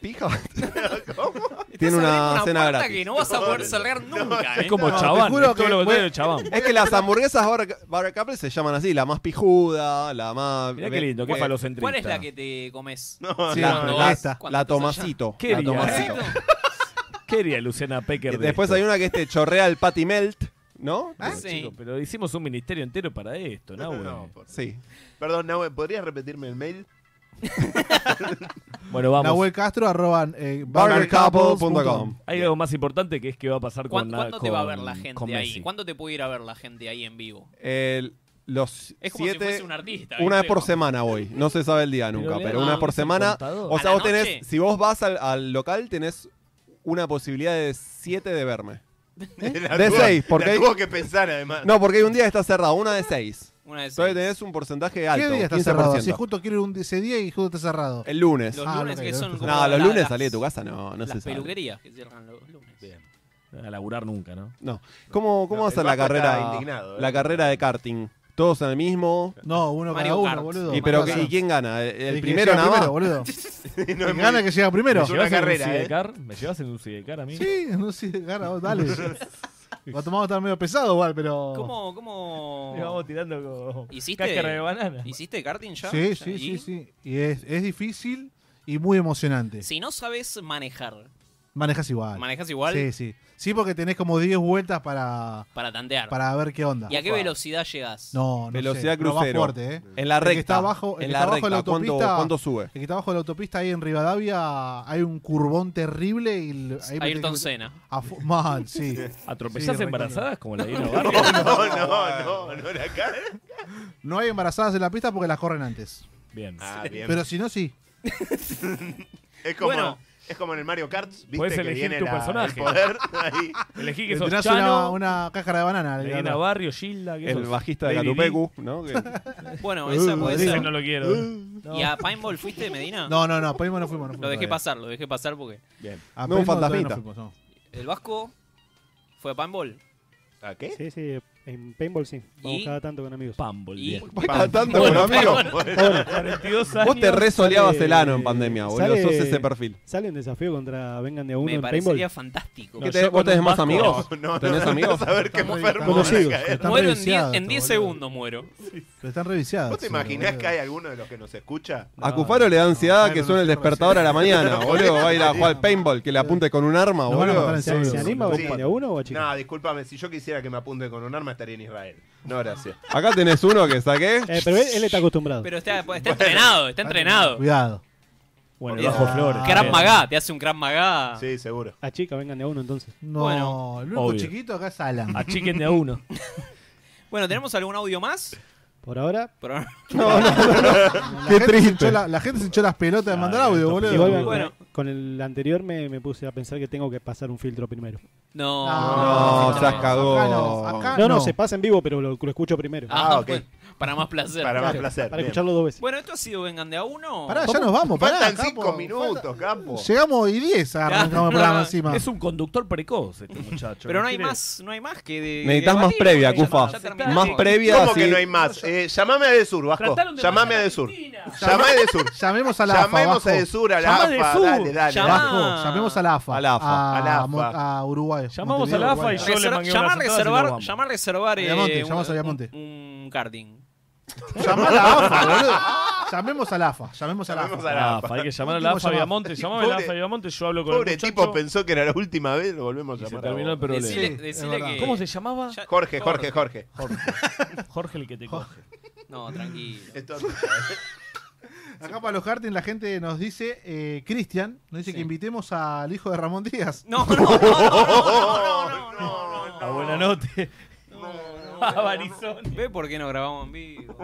Speaker 5: pija tiene
Speaker 4: Estás abriendo
Speaker 5: una cena
Speaker 4: puerta
Speaker 5: gratis.
Speaker 4: que no vas a poder cerrar nunca, ¿eh?
Speaker 1: Es como
Speaker 3: No, te
Speaker 1: chabán. es
Speaker 3: juro
Speaker 1: todo
Speaker 3: que
Speaker 1: lo contrario
Speaker 3: fue-
Speaker 1: de chabán.
Speaker 5: Es que las hamburguesas Burger Burger Couple se llaman así, la más pijuda, la más...
Speaker 1: Mirá qué lindo,
Speaker 5: eh,
Speaker 1: qué falocentrista.
Speaker 4: ¿Cuál es la que te comes?
Speaker 2: No,
Speaker 3: Sí,
Speaker 5: La,
Speaker 3: no,
Speaker 4: no,
Speaker 5: la-
Speaker 3: esta.
Speaker 4: ¿Cuándo
Speaker 5: la
Speaker 4: estás allá?
Speaker 5: Tomasito.
Speaker 1: ¿Qué
Speaker 5: la
Speaker 1: día?
Speaker 5: Tomasito.
Speaker 1: ¿Qué haría Luciana Pecker?
Speaker 5: Y
Speaker 1: de
Speaker 5: después
Speaker 1: esto?
Speaker 5: hay una que este chorrea el patty melt, ¿no?
Speaker 4: ¿Ah?
Speaker 1: Pero,
Speaker 4: Sí.
Speaker 1: chico, pero hicimos un ministerio entero para esto, Nahue.
Speaker 2: No, por-
Speaker 5: Sí.
Speaker 2: Perdón, Nahue, ¿podrías repetirme el mail?
Speaker 1: Bueno, vamos.
Speaker 3: Nahuel Castro arroba eh,
Speaker 5: Burgercouple.com.
Speaker 1: Hay algo más importante que es que va a pasar con
Speaker 4: ¿Cuándo,
Speaker 1: Na-
Speaker 4: cuándo te va a ver
Speaker 1: con-
Speaker 4: la gente
Speaker 1: con
Speaker 4: ahí?
Speaker 1: Messi.
Speaker 4: ¿Cuándo te puede ir a ver la gente ahí en vivo?
Speaker 5: El- Los
Speaker 4: Es como si
Speaker 5: siete...
Speaker 4: fuese un artista.
Speaker 5: una vez
Speaker 4: ¿viste?
Speaker 5: por semana voy, no se sabe el día
Speaker 1: Pero
Speaker 5: nunca,
Speaker 1: le-
Speaker 5: pero
Speaker 4: ah,
Speaker 5: una por
Speaker 1: ¿viste el
Speaker 5: semana.
Speaker 1: contador?
Speaker 5: O
Speaker 4: ¿A
Speaker 5: sea,
Speaker 4: la
Speaker 5: vos
Speaker 4: noche?
Speaker 5: tenés, si vos vas al, al local, tenés una posibilidad de siete de verme.
Speaker 2: [laughs] La
Speaker 5: De
Speaker 2: tuvo-
Speaker 5: seis, porque
Speaker 2: la
Speaker 5: hay-
Speaker 2: tuvo que pensar además.
Speaker 5: No, porque hay un día que está cerrado, una de seis.
Speaker 4: Una de
Speaker 5: Entonces
Speaker 4: seis.
Speaker 5: tenés un porcentaje alto.
Speaker 3: ¿Qué día está
Speaker 5: 15%.
Speaker 3: cerrado? Si justo quiero ir un, ese día y justo está cerrado.
Speaker 5: El lunes.
Speaker 4: Los
Speaker 3: Ah,
Speaker 4: lunes
Speaker 3: ok,
Speaker 4: que
Speaker 3: los
Speaker 4: son
Speaker 3: lunes.
Speaker 4: como
Speaker 5: No, los
Speaker 4: la-
Speaker 5: lunes
Speaker 4: las-
Speaker 5: salí de tu casa, no, no se
Speaker 4: Las
Speaker 5: sabe.
Speaker 4: peluquerías que cierran los lunes.
Speaker 1: A laburar nunca, ¿no?
Speaker 5: No. ¿Cómo, cómo
Speaker 2: No,
Speaker 5: vas a
Speaker 2: el
Speaker 5: la
Speaker 2: Vasco está
Speaker 5: carrera?
Speaker 2: indignado, ¿eh?
Speaker 5: La carrera de karting. Todos en el mismo.
Speaker 3: No, uno
Speaker 4: Mario
Speaker 3: cada uno,
Speaker 4: Kart.
Speaker 3: boludo.
Speaker 5: ¿Y, pero,
Speaker 3: ¿Qué
Speaker 5: ¿qué-
Speaker 3: pasa?
Speaker 5: ¿Y quién gana? ¿El, el
Speaker 3: El que
Speaker 5: primero
Speaker 3: llega
Speaker 5: nada más?
Speaker 3: primero,
Speaker 2: [laughs]
Speaker 3: boludo.
Speaker 2: Sí, no
Speaker 3: El
Speaker 2: es
Speaker 3: que
Speaker 2: muy-
Speaker 3: gana que llega
Speaker 1: ¿Me
Speaker 3: primero.
Speaker 2: una
Speaker 1: llevas en un
Speaker 2: carrera,
Speaker 1: sidecar? ¿Me llevas en un sidecar a mí?
Speaker 3: Sí, no sé, gana vos,
Speaker 2: [laughs]
Speaker 3: dale. Lo tomamos tan medio pesado igual, pero.
Speaker 4: ¿Cómo,
Speaker 1: [laughs] Le vamos
Speaker 4: cómo
Speaker 1: tirando como
Speaker 4: ¿Hiciste?
Speaker 1: cáscara de banana.
Speaker 4: hiciste karting ya?
Speaker 3: Sí,
Speaker 4: ¿Ya
Speaker 3: sí,
Speaker 4: ahí?
Speaker 3: sí, sí. Y es, es difícil y muy emocionante.
Speaker 4: Si no sabes manejar,
Speaker 3: Manejas igual.
Speaker 4: ¿manejas igual?
Speaker 3: Sí, sí. Sí, porque tenés como 10 vueltas para,
Speaker 4: Para tantear.
Speaker 3: para ver qué onda.
Speaker 4: ¿Y a qué velocidad llegas?
Speaker 3: No, no
Speaker 5: Velocidad
Speaker 3: sé, pero va
Speaker 5: crucero.
Speaker 3: fuerte, ¿eh?
Speaker 5: En la
Speaker 3: El
Speaker 5: recta.
Speaker 3: que está abajo, el
Speaker 5: en
Speaker 3: que
Speaker 5: la
Speaker 3: está abajo
Speaker 5: recta.
Speaker 3: de la
Speaker 5: ¿Cuánto,
Speaker 3: autopista-
Speaker 5: cuánto sube?
Speaker 3: El que está abajo de la autopista ahí en Rivadavia hay un curbón terrible y l- ahí me
Speaker 4: Ayrton
Speaker 3: tenés que-
Speaker 4: Senna.
Speaker 3: A fu- [laughs] Mal, sí.
Speaker 1: ¿Atropellás
Speaker 3: Sí,
Speaker 1: embarazadas como la Dina
Speaker 2: [laughs] No,
Speaker 1: Barrio?
Speaker 2: no, no, no, no la cara.
Speaker 3: No hay embarazadas en la pista porque las corren antes.
Speaker 1: Bien.
Speaker 2: Ah, bien.
Speaker 3: Pero si no, sí.
Speaker 2: es como
Speaker 4: Bueno.
Speaker 2: es como en el Mario Kart, ¿viste?
Speaker 1: Podés
Speaker 2: que
Speaker 1: elegir
Speaker 2: viene
Speaker 1: tu
Speaker 2: la-
Speaker 1: personaje.
Speaker 2: el poder ahí.
Speaker 1: Elegí que
Speaker 3: Le
Speaker 1: sos
Speaker 3: tirás una,
Speaker 1: Chano,
Speaker 3: una cáscara de banana. le
Speaker 1: la Dina
Speaker 3: tirás.
Speaker 1: Barrio, Gilda. ¿qué
Speaker 5: El
Speaker 1: sos?
Speaker 5: bajista de
Speaker 1: Lady Di.
Speaker 5: Catupecu, ¿no?
Speaker 3: [laughs]
Speaker 5: Que-
Speaker 4: Bueno,
Speaker 3: Uh,
Speaker 4: esa puede
Speaker 1: Ese
Speaker 4: ser.
Speaker 1: no lo quiero. ¿eh?
Speaker 4: ¿Y a Paintball fuiste, Medina?
Speaker 3: No, no, no, Paimo no fuimos. No fuimos
Speaker 4: Lo dejé
Speaker 3: todavía.
Speaker 4: pasar, lo dejé pasar porque
Speaker 1: Bien.
Speaker 3: A
Speaker 5: No, un
Speaker 3: Paintball todavía
Speaker 5: fantasmita.
Speaker 3: fuimos, no.
Speaker 4: el Vasco fue a Paintball.
Speaker 2: ¿A qué?
Speaker 6: Sí, sí, En paintball sí. Vamos cada tanto con amigos.
Speaker 1: Paintball.
Speaker 4: [laughs]
Speaker 5: Cada tanto con amigos.
Speaker 6: Ahora,
Speaker 5: Vos te resoleabas
Speaker 6: sale-
Speaker 5: el ano en pandemia, boludo.
Speaker 6: sale-
Speaker 5: Sos ese perfil.
Speaker 6: Sale un desafío contra Vengan de a uno
Speaker 4: Me
Speaker 6: en
Speaker 4: parecería
Speaker 6: paintball.
Speaker 4: fantástico.
Speaker 5: ¿Qué tenés- ¿Vos tenés más amigos? ¿Tenés amigos?
Speaker 6: Conocidos.
Speaker 4: Muero en 10 en 10 segundos, muero.
Speaker 3: Pero están revisados.
Speaker 2: ¿Vos te imaginás que hay alguno de los que nos escucha?
Speaker 5: A Cufaro le da ansiedad que suene el despertador a la mañana, boludo. Va a ir a jugar paintball, que le apunte con un arma,
Speaker 6: Nos van a
Speaker 5: boludo.
Speaker 6: matar en ¿Se- serio. se anima a
Speaker 2: Sí.
Speaker 6: vengan de a uno o a chicos?
Speaker 2: No, discúlpame, si yo quisiera que me apunte con un arma estaría en Israel. No, gracias.
Speaker 5: Acá tenés uno que saqué.
Speaker 6: Eh, pero él,
Speaker 1: [laughs]
Speaker 6: él está acostumbrado.
Speaker 4: Pero está, está entrenado, está entrenado.
Speaker 3: Cuidado.
Speaker 6: Bueno,
Speaker 4: Porque
Speaker 6: bajo
Speaker 4: es-
Speaker 6: flores.
Speaker 4: Krav
Speaker 6: Ah.
Speaker 4: Maga, te hace un Krav Maga.
Speaker 2: Sí, seguro.
Speaker 6: A chica, vengan de a uno entonces.
Speaker 3: No,
Speaker 4: Bueno,
Speaker 3: el único
Speaker 6: obvio.
Speaker 3: chiquito acá es Alan.
Speaker 1: Achiquen de a uno.
Speaker 4: Bueno, ¿tenemos algún audio más?
Speaker 6: Por ahora.
Speaker 4: Por ahora.
Speaker 3: No, no, no. La
Speaker 6: Qué
Speaker 3: gente se
Speaker 6: triste.
Speaker 3: hinchó la, la gente se hinchó las pelotas de mandar audio, boludo.
Speaker 6: Igual con-
Speaker 3: Bueno.
Speaker 6: con el anterior me, me puse a pensar que tengo que pasar un filtro primero.
Speaker 4: No.
Speaker 5: No, no, seas cagón. acá no,
Speaker 3: Ah,
Speaker 5: acá
Speaker 6: no, no,
Speaker 5: no.
Speaker 6: se pasa en vivo, pero lo, lo escucho primero.
Speaker 4: Ah, ok. bueno, para más placer.
Speaker 6: Para más Claro, placer, para bien. escucharlo dos veces.
Speaker 4: Bueno, esto ha sido Vengan de a uno.
Speaker 3: Pará, ya nos vamos. Pará,
Speaker 2: Faltan
Speaker 3: Capo.
Speaker 2: cinco minutos, capo.
Speaker 3: Llegamos y 10 arrancamos el programa encima.
Speaker 1: Es un conductor precoz este muchacho.
Speaker 4: Pero no
Speaker 1: ¿Qué
Speaker 4: hay
Speaker 1: quiere?
Speaker 4: más, no hay más que de.
Speaker 5: Necesitas más previa, Cufa. Más previa.
Speaker 2: ¿Cómo que
Speaker 5: así-
Speaker 2: no hay más? Eh, llamame a De Sur, Vasco.
Speaker 1: Trataron de
Speaker 2: Llamame a De Sur. Llamame a De Sur.
Speaker 3: Llamemos [laughs] a la AFA.
Speaker 2: Llamemos a
Speaker 3: Vasco.
Speaker 2: De Sur, a la AFA. Dale, dale.
Speaker 3: Vasco, llamemos a la AFA.
Speaker 2: A la AFA.
Speaker 3: A,
Speaker 2: A la AFA.
Speaker 3: Mo- a Uruguay.
Speaker 1: Llamamos
Speaker 3: Montevideo,
Speaker 1: a la AFA y
Speaker 3: Uruguay.
Speaker 1: yo le mangué una
Speaker 4: Llamar,
Speaker 1: sentada, si nos
Speaker 4: reservar,
Speaker 1: vamos.
Speaker 4: llamar, reservar. eh,
Speaker 3: Viamonte,
Speaker 4: un-
Speaker 3: llamás a Viamonte.
Speaker 4: Un, un karting.
Speaker 3: Llamá a la
Speaker 1: [laughs]
Speaker 3: AFA, boludo. Llamemos a la AFA. Lllamemos a la AFA.
Speaker 1: a la AFA, Ah, hay que llamar a la
Speaker 3: Último
Speaker 1: AFA
Speaker 3: llamado.
Speaker 1: Viamonte, llamame a la AFA Viamonte, yo hablo con el
Speaker 2: Pobre
Speaker 1: muchacho.
Speaker 2: tipo pensó que era la última vez, lo volvemos a
Speaker 1: se
Speaker 2: llamar.
Speaker 1: terminó el problema. Decile- Sí, decile es verdad. que- ¿Cómo se llamaba? Ya-
Speaker 2: Jorge, Jorge, Jorge.
Speaker 1: Jorge. Jorge el que te coge.
Speaker 4: No, tranquilo.
Speaker 3: Acá para los karting la gente nos dice, eh, Cristian, nos dice que invitemos al hijo de Ramón Díaz.
Speaker 4: No, no, no, no, no, no, no,
Speaker 1: A buena noche. [laughs]
Speaker 4: A Barizone. ¿Ve por qué no grabamos en vivo?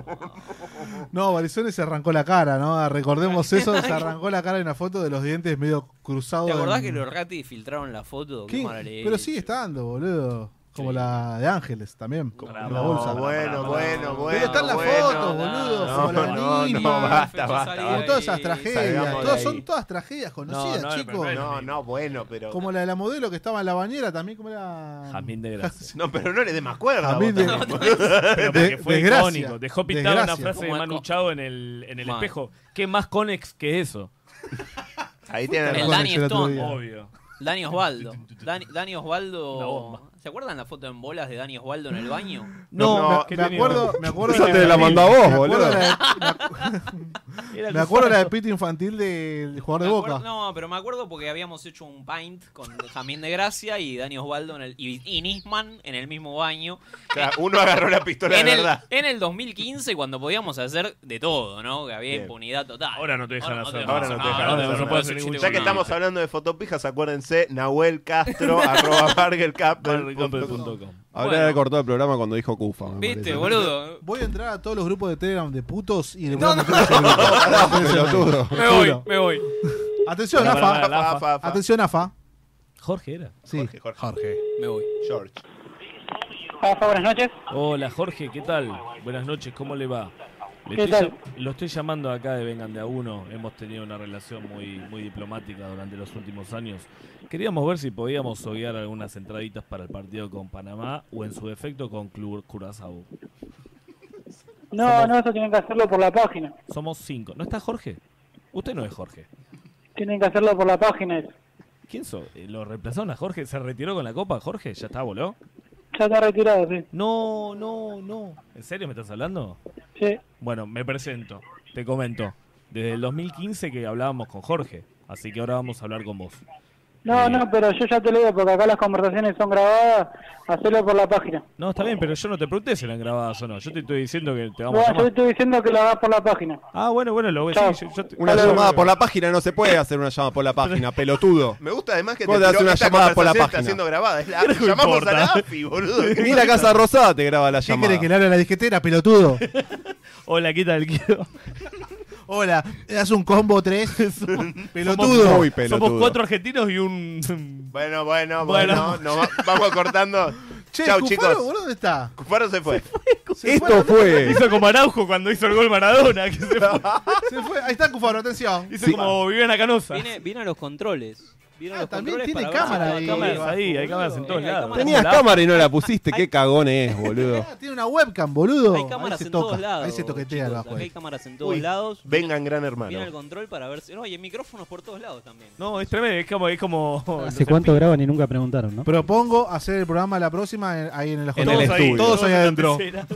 Speaker 3: No, Barizones se arrancó la cara, ¿no? Recordemos eso,
Speaker 2: [laughs]
Speaker 3: se arrancó la cara en una foto de los dientes medio cruzados.
Speaker 4: ¿Te acordás
Speaker 3: en-
Speaker 4: que los Rati filtraron la foto? Qué
Speaker 3: ¿Qué?
Speaker 4: mala leche.
Speaker 3: Pero sigue estando, boludo. Como la de Ángeles también. en la bolsa.
Speaker 2: Bueno, bueno, bueno.
Speaker 3: Pero están las
Speaker 2: bueno.
Speaker 3: fotos, boludo.
Speaker 2: No,
Speaker 3: como la
Speaker 2: no,
Speaker 3: niña.
Speaker 2: no, basta, basta.
Speaker 3: Como
Speaker 2: basta.
Speaker 3: todas esas tragedias.
Speaker 2: Salgamos de
Speaker 3: todas-
Speaker 2: ahí.
Speaker 3: son todas tragedias conocidas, chicos.
Speaker 2: pero No, no, bueno, pero.
Speaker 3: Como la de la modelo que estaba en la bañera también, como era.
Speaker 1: Jamín de gracia.
Speaker 2: No, pero no le dé más cuerda.
Speaker 3: A mí
Speaker 2: vos
Speaker 3: de- [laughs]
Speaker 2: también,
Speaker 3: de-
Speaker 2: boludo.
Speaker 1: Pero porque
Speaker 3: De-
Speaker 1: fue
Speaker 3: desgracia.
Speaker 1: icónico. Dejó pintada una
Speaker 3: Desgracia.
Speaker 1: frase de
Speaker 3: Como-
Speaker 1: Manu Chao en el, en el
Speaker 4: Mal.
Speaker 1: espejo. ¿Qué más conex que eso?
Speaker 2: Ahí
Speaker 4: El
Speaker 1: tiene
Speaker 4: Dani Stone.
Speaker 1: Obvio.
Speaker 4: Dani Osvaldo. Dani, Dani
Speaker 1: Una
Speaker 4: Osvaldo. ¿Se acuerdan la foto en bolas de Dani Osvaldo en el baño?
Speaker 3: No,
Speaker 1: No,
Speaker 3: me,
Speaker 1: ¿qué
Speaker 3: me
Speaker 1: tenía?
Speaker 3: acuerdo, me acuerdo
Speaker 5: Esa
Speaker 3: de-
Speaker 5: te la mandó a vos,
Speaker 3: me acuerdo
Speaker 5: boludo.
Speaker 3: de la- me acu- Me acuerdo de la de Pito Infantil del jugador
Speaker 4: Me
Speaker 3: de
Speaker 4: acuerdo-
Speaker 3: Boca.
Speaker 4: no, pero me acuerdo porque habíamos hecho un pint con Jamín de Gracia y Dani Osvaldo en el, y, y Nisman en el mismo baño.
Speaker 2: O sea, uno agarró la pistola de
Speaker 4: en, el,
Speaker 2: verdad.
Speaker 4: en el 2015 cuando podíamos hacer de todo, ¿no? Que había
Speaker 2: Bien.
Speaker 4: impunidad total.
Speaker 1: Ahora no te dejan hacer
Speaker 2: Ahora no te dejan
Speaker 4: nada,
Speaker 2: hacer
Speaker 4: ahora
Speaker 2: nada.
Speaker 4: no puedo hacer ningún
Speaker 2: Ya que
Speaker 4: chiste.
Speaker 2: estamos hablando de fotopijas, acuérdense, Nahuel Castro, [laughs] arroba bargercap.com.
Speaker 5: Habría
Speaker 2: Bueno.
Speaker 5: cortado el programa cuando dijo Cufa. me
Speaker 4: Viste,
Speaker 5: parece.
Speaker 4: boludo.
Speaker 3: Voy a entrar a todos los grupos de Telegram de putos y le voy
Speaker 4: No,
Speaker 3: a meter un celular.
Speaker 5: pará, pelotudo.
Speaker 4: Me voy, me voy.
Speaker 3: Atención,
Speaker 1: Pará,
Speaker 3: AFA.
Speaker 1: pará, pará, AFA, AFA.
Speaker 3: Atención, AFA.
Speaker 1: Jorge era.
Speaker 3: Sí. Jorge,
Speaker 4: Me voy.
Speaker 2: George.
Speaker 14: Ah,
Speaker 1: buenas noches. Hola, Jorge, ¿qué tal? Buenas noches, ¿cómo le va? Le
Speaker 14: ¿Qué
Speaker 1: estoy
Speaker 14: tal?
Speaker 1: llam- Lo estoy llamando acá de Vengan de a uno. Hemos tenido una relación muy, muy diplomática durante los últimos años. Queríamos ver si podíamos soguear algunas entraditas para el partido con Panamá o en su defecto con Club Curazao.
Speaker 14: No, no, eso tienen que hacerlo por la página.
Speaker 1: Somos cinco. ¿No está Jorge? Usted no es Jorge.
Speaker 14: Tienen que hacerlo por la página. eso.
Speaker 1: ¿Quién sos? Eh, ¿Lo reemplazaron a Jorge? ¿Se retiró con la copa, Jorge? ¿Ya está, voló?
Speaker 14: Ya está retirado, sí.
Speaker 1: No, no, no. ¿En serio me estás hablando?
Speaker 14: Sí.
Speaker 1: Bueno, me presento, te comento. Desde el 2015 que hablábamos con Jorge, así que ahora vamos a hablar con vos.
Speaker 14: No, no, pero yo ya te lo digo porque acá las conversaciones son grabadas. Hacerlo por la página.
Speaker 1: No, está bien, pero yo no te pregunté si eran grabadas o no. Yo te estoy diciendo que te vamos
Speaker 14: No, yo
Speaker 1: a
Speaker 14: te
Speaker 1: llamar.
Speaker 14: estoy diciendo que lo hagas por la página.
Speaker 1: Ah, bueno, bueno, lo voy a decir. yo- yo te-
Speaker 5: Una llamada por la página no se puede hacer una llamada por la página, pelotudo.
Speaker 2: Me gusta además que te
Speaker 5: Vos le
Speaker 2: tiró
Speaker 5: haces una
Speaker 2: esta
Speaker 5: llamada por la
Speaker 2: conversación, está
Speaker 5: página.
Speaker 2: siendo grabada. Es la,
Speaker 1: ¿Qué le
Speaker 2: llamamos a la
Speaker 1: importa?
Speaker 2: AFI,
Speaker 5: [laughs]
Speaker 2: boludo.
Speaker 5: Ni la Casa Rosada te graba la
Speaker 3: ¿Qué
Speaker 5: llamada.
Speaker 3: querés que le hable a la disquetera, pelotudo?
Speaker 1: Hola, ¿qué tal, Guido?
Speaker 3: Hola, haz un combo 3. pelotudo.
Speaker 5: muy pelotudo.
Speaker 1: Somos cuatro argentinos y un. [laughs]
Speaker 2: Bueno, bueno,
Speaker 1: Bueno.
Speaker 2: bueno. nos va- vamos cortando.
Speaker 3: Che,
Speaker 2: Chau,
Speaker 3: Cufaro,
Speaker 2: chicos.
Speaker 3: boludo, ¿dónde está?
Speaker 2: Cufaro se fue.
Speaker 5: Esto fue.
Speaker 1: Hizo como Araujo cuando hizo el gol Maradona. Que se fue.
Speaker 3: Se fue. Ahí está Cufaro, atención.
Speaker 1: Hizo como Viviana Canosa.
Speaker 4: Vine, vine a los controles.
Speaker 15: Vieron
Speaker 3: Ah,
Speaker 15: los
Speaker 3: también
Speaker 15: controles
Speaker 3: tiene
Speaker 15: para ver si
Speaker 3: cámara
Speaker 15: estaba
Speaker 3: ahí,
Speaker 15: cámara.
Speaker 3: Eva.
Speaker 1: Ahí, hay cámaras en todos lados.
Speaker 5: Tenías cámara y no la pusiste, qué cagón es, boludo.
Speaker 3: Ah, Tiene una webcam, boludo.
Speaker 4: Hay cámaras
Speaker 3: ahí se
Speaker 4: en
Speaker 3: toca,
Speaker 4: todos lados.
Speaker 3: Ahí se toquetea el
Speaker 4: chicos,
Speaker 3: bajo.
Speaker 4: acá hay
Speaker 3: ahí.
Speaker 4: cámaras en todos
Speaker 3: Uy,
Speaker 4: lados.
Speaker 2: Vengan, gran
Speaker 4: Viene el
Speaker 2: hermano.
Speaker 4: control para ver si. No, y hay micrófonos por todos lados también.
Speaker 1: No, es tremendo, es como. Es como
Speaker 6: ¿Hace cuánto graban y nunca preguntaron, no?
Speaker 3: Propongo hacer el programa la próxima en- ahí en el
Speaker 6: En
Speaker 3: Todos
Speaker 6: el
Speaker 3: ahí,
Speaker 6: estudio.
Speaker 3: Todos ahí
Speaker 6: Todos en la
Speaker 3: adentro.
Speaker 6: pecera.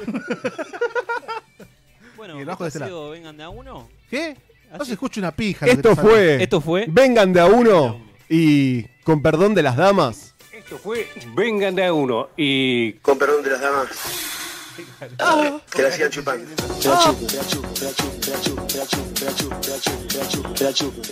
Speaker 4: Bueno,
Speaker 3: Y el
Speaker 4: ¿esto
Speaker 3: bajo
Speaker 4: ha
Speaker 3: de este lado.
Speaker 4: sido vengan de a uno.
Speaker 3: ¿Qué? No se escucha una pija. lo que
Speaker 5: Esto
Speaker 3: te sale.
Speaker 5: fue. Esto fue. Vengan de a uno y con perdón de las damas.
Speaker 15: Esto fue Vengan de a uno y. Con perdón de las damas.
Speaker 13: Que la sigan chupando.
Speaker 15: Ah.
Speaker 13: Te la chupo, te la chupo, te la chupo, te la chupo, te la chupo, te la chupo, te la chupo, te la chupo.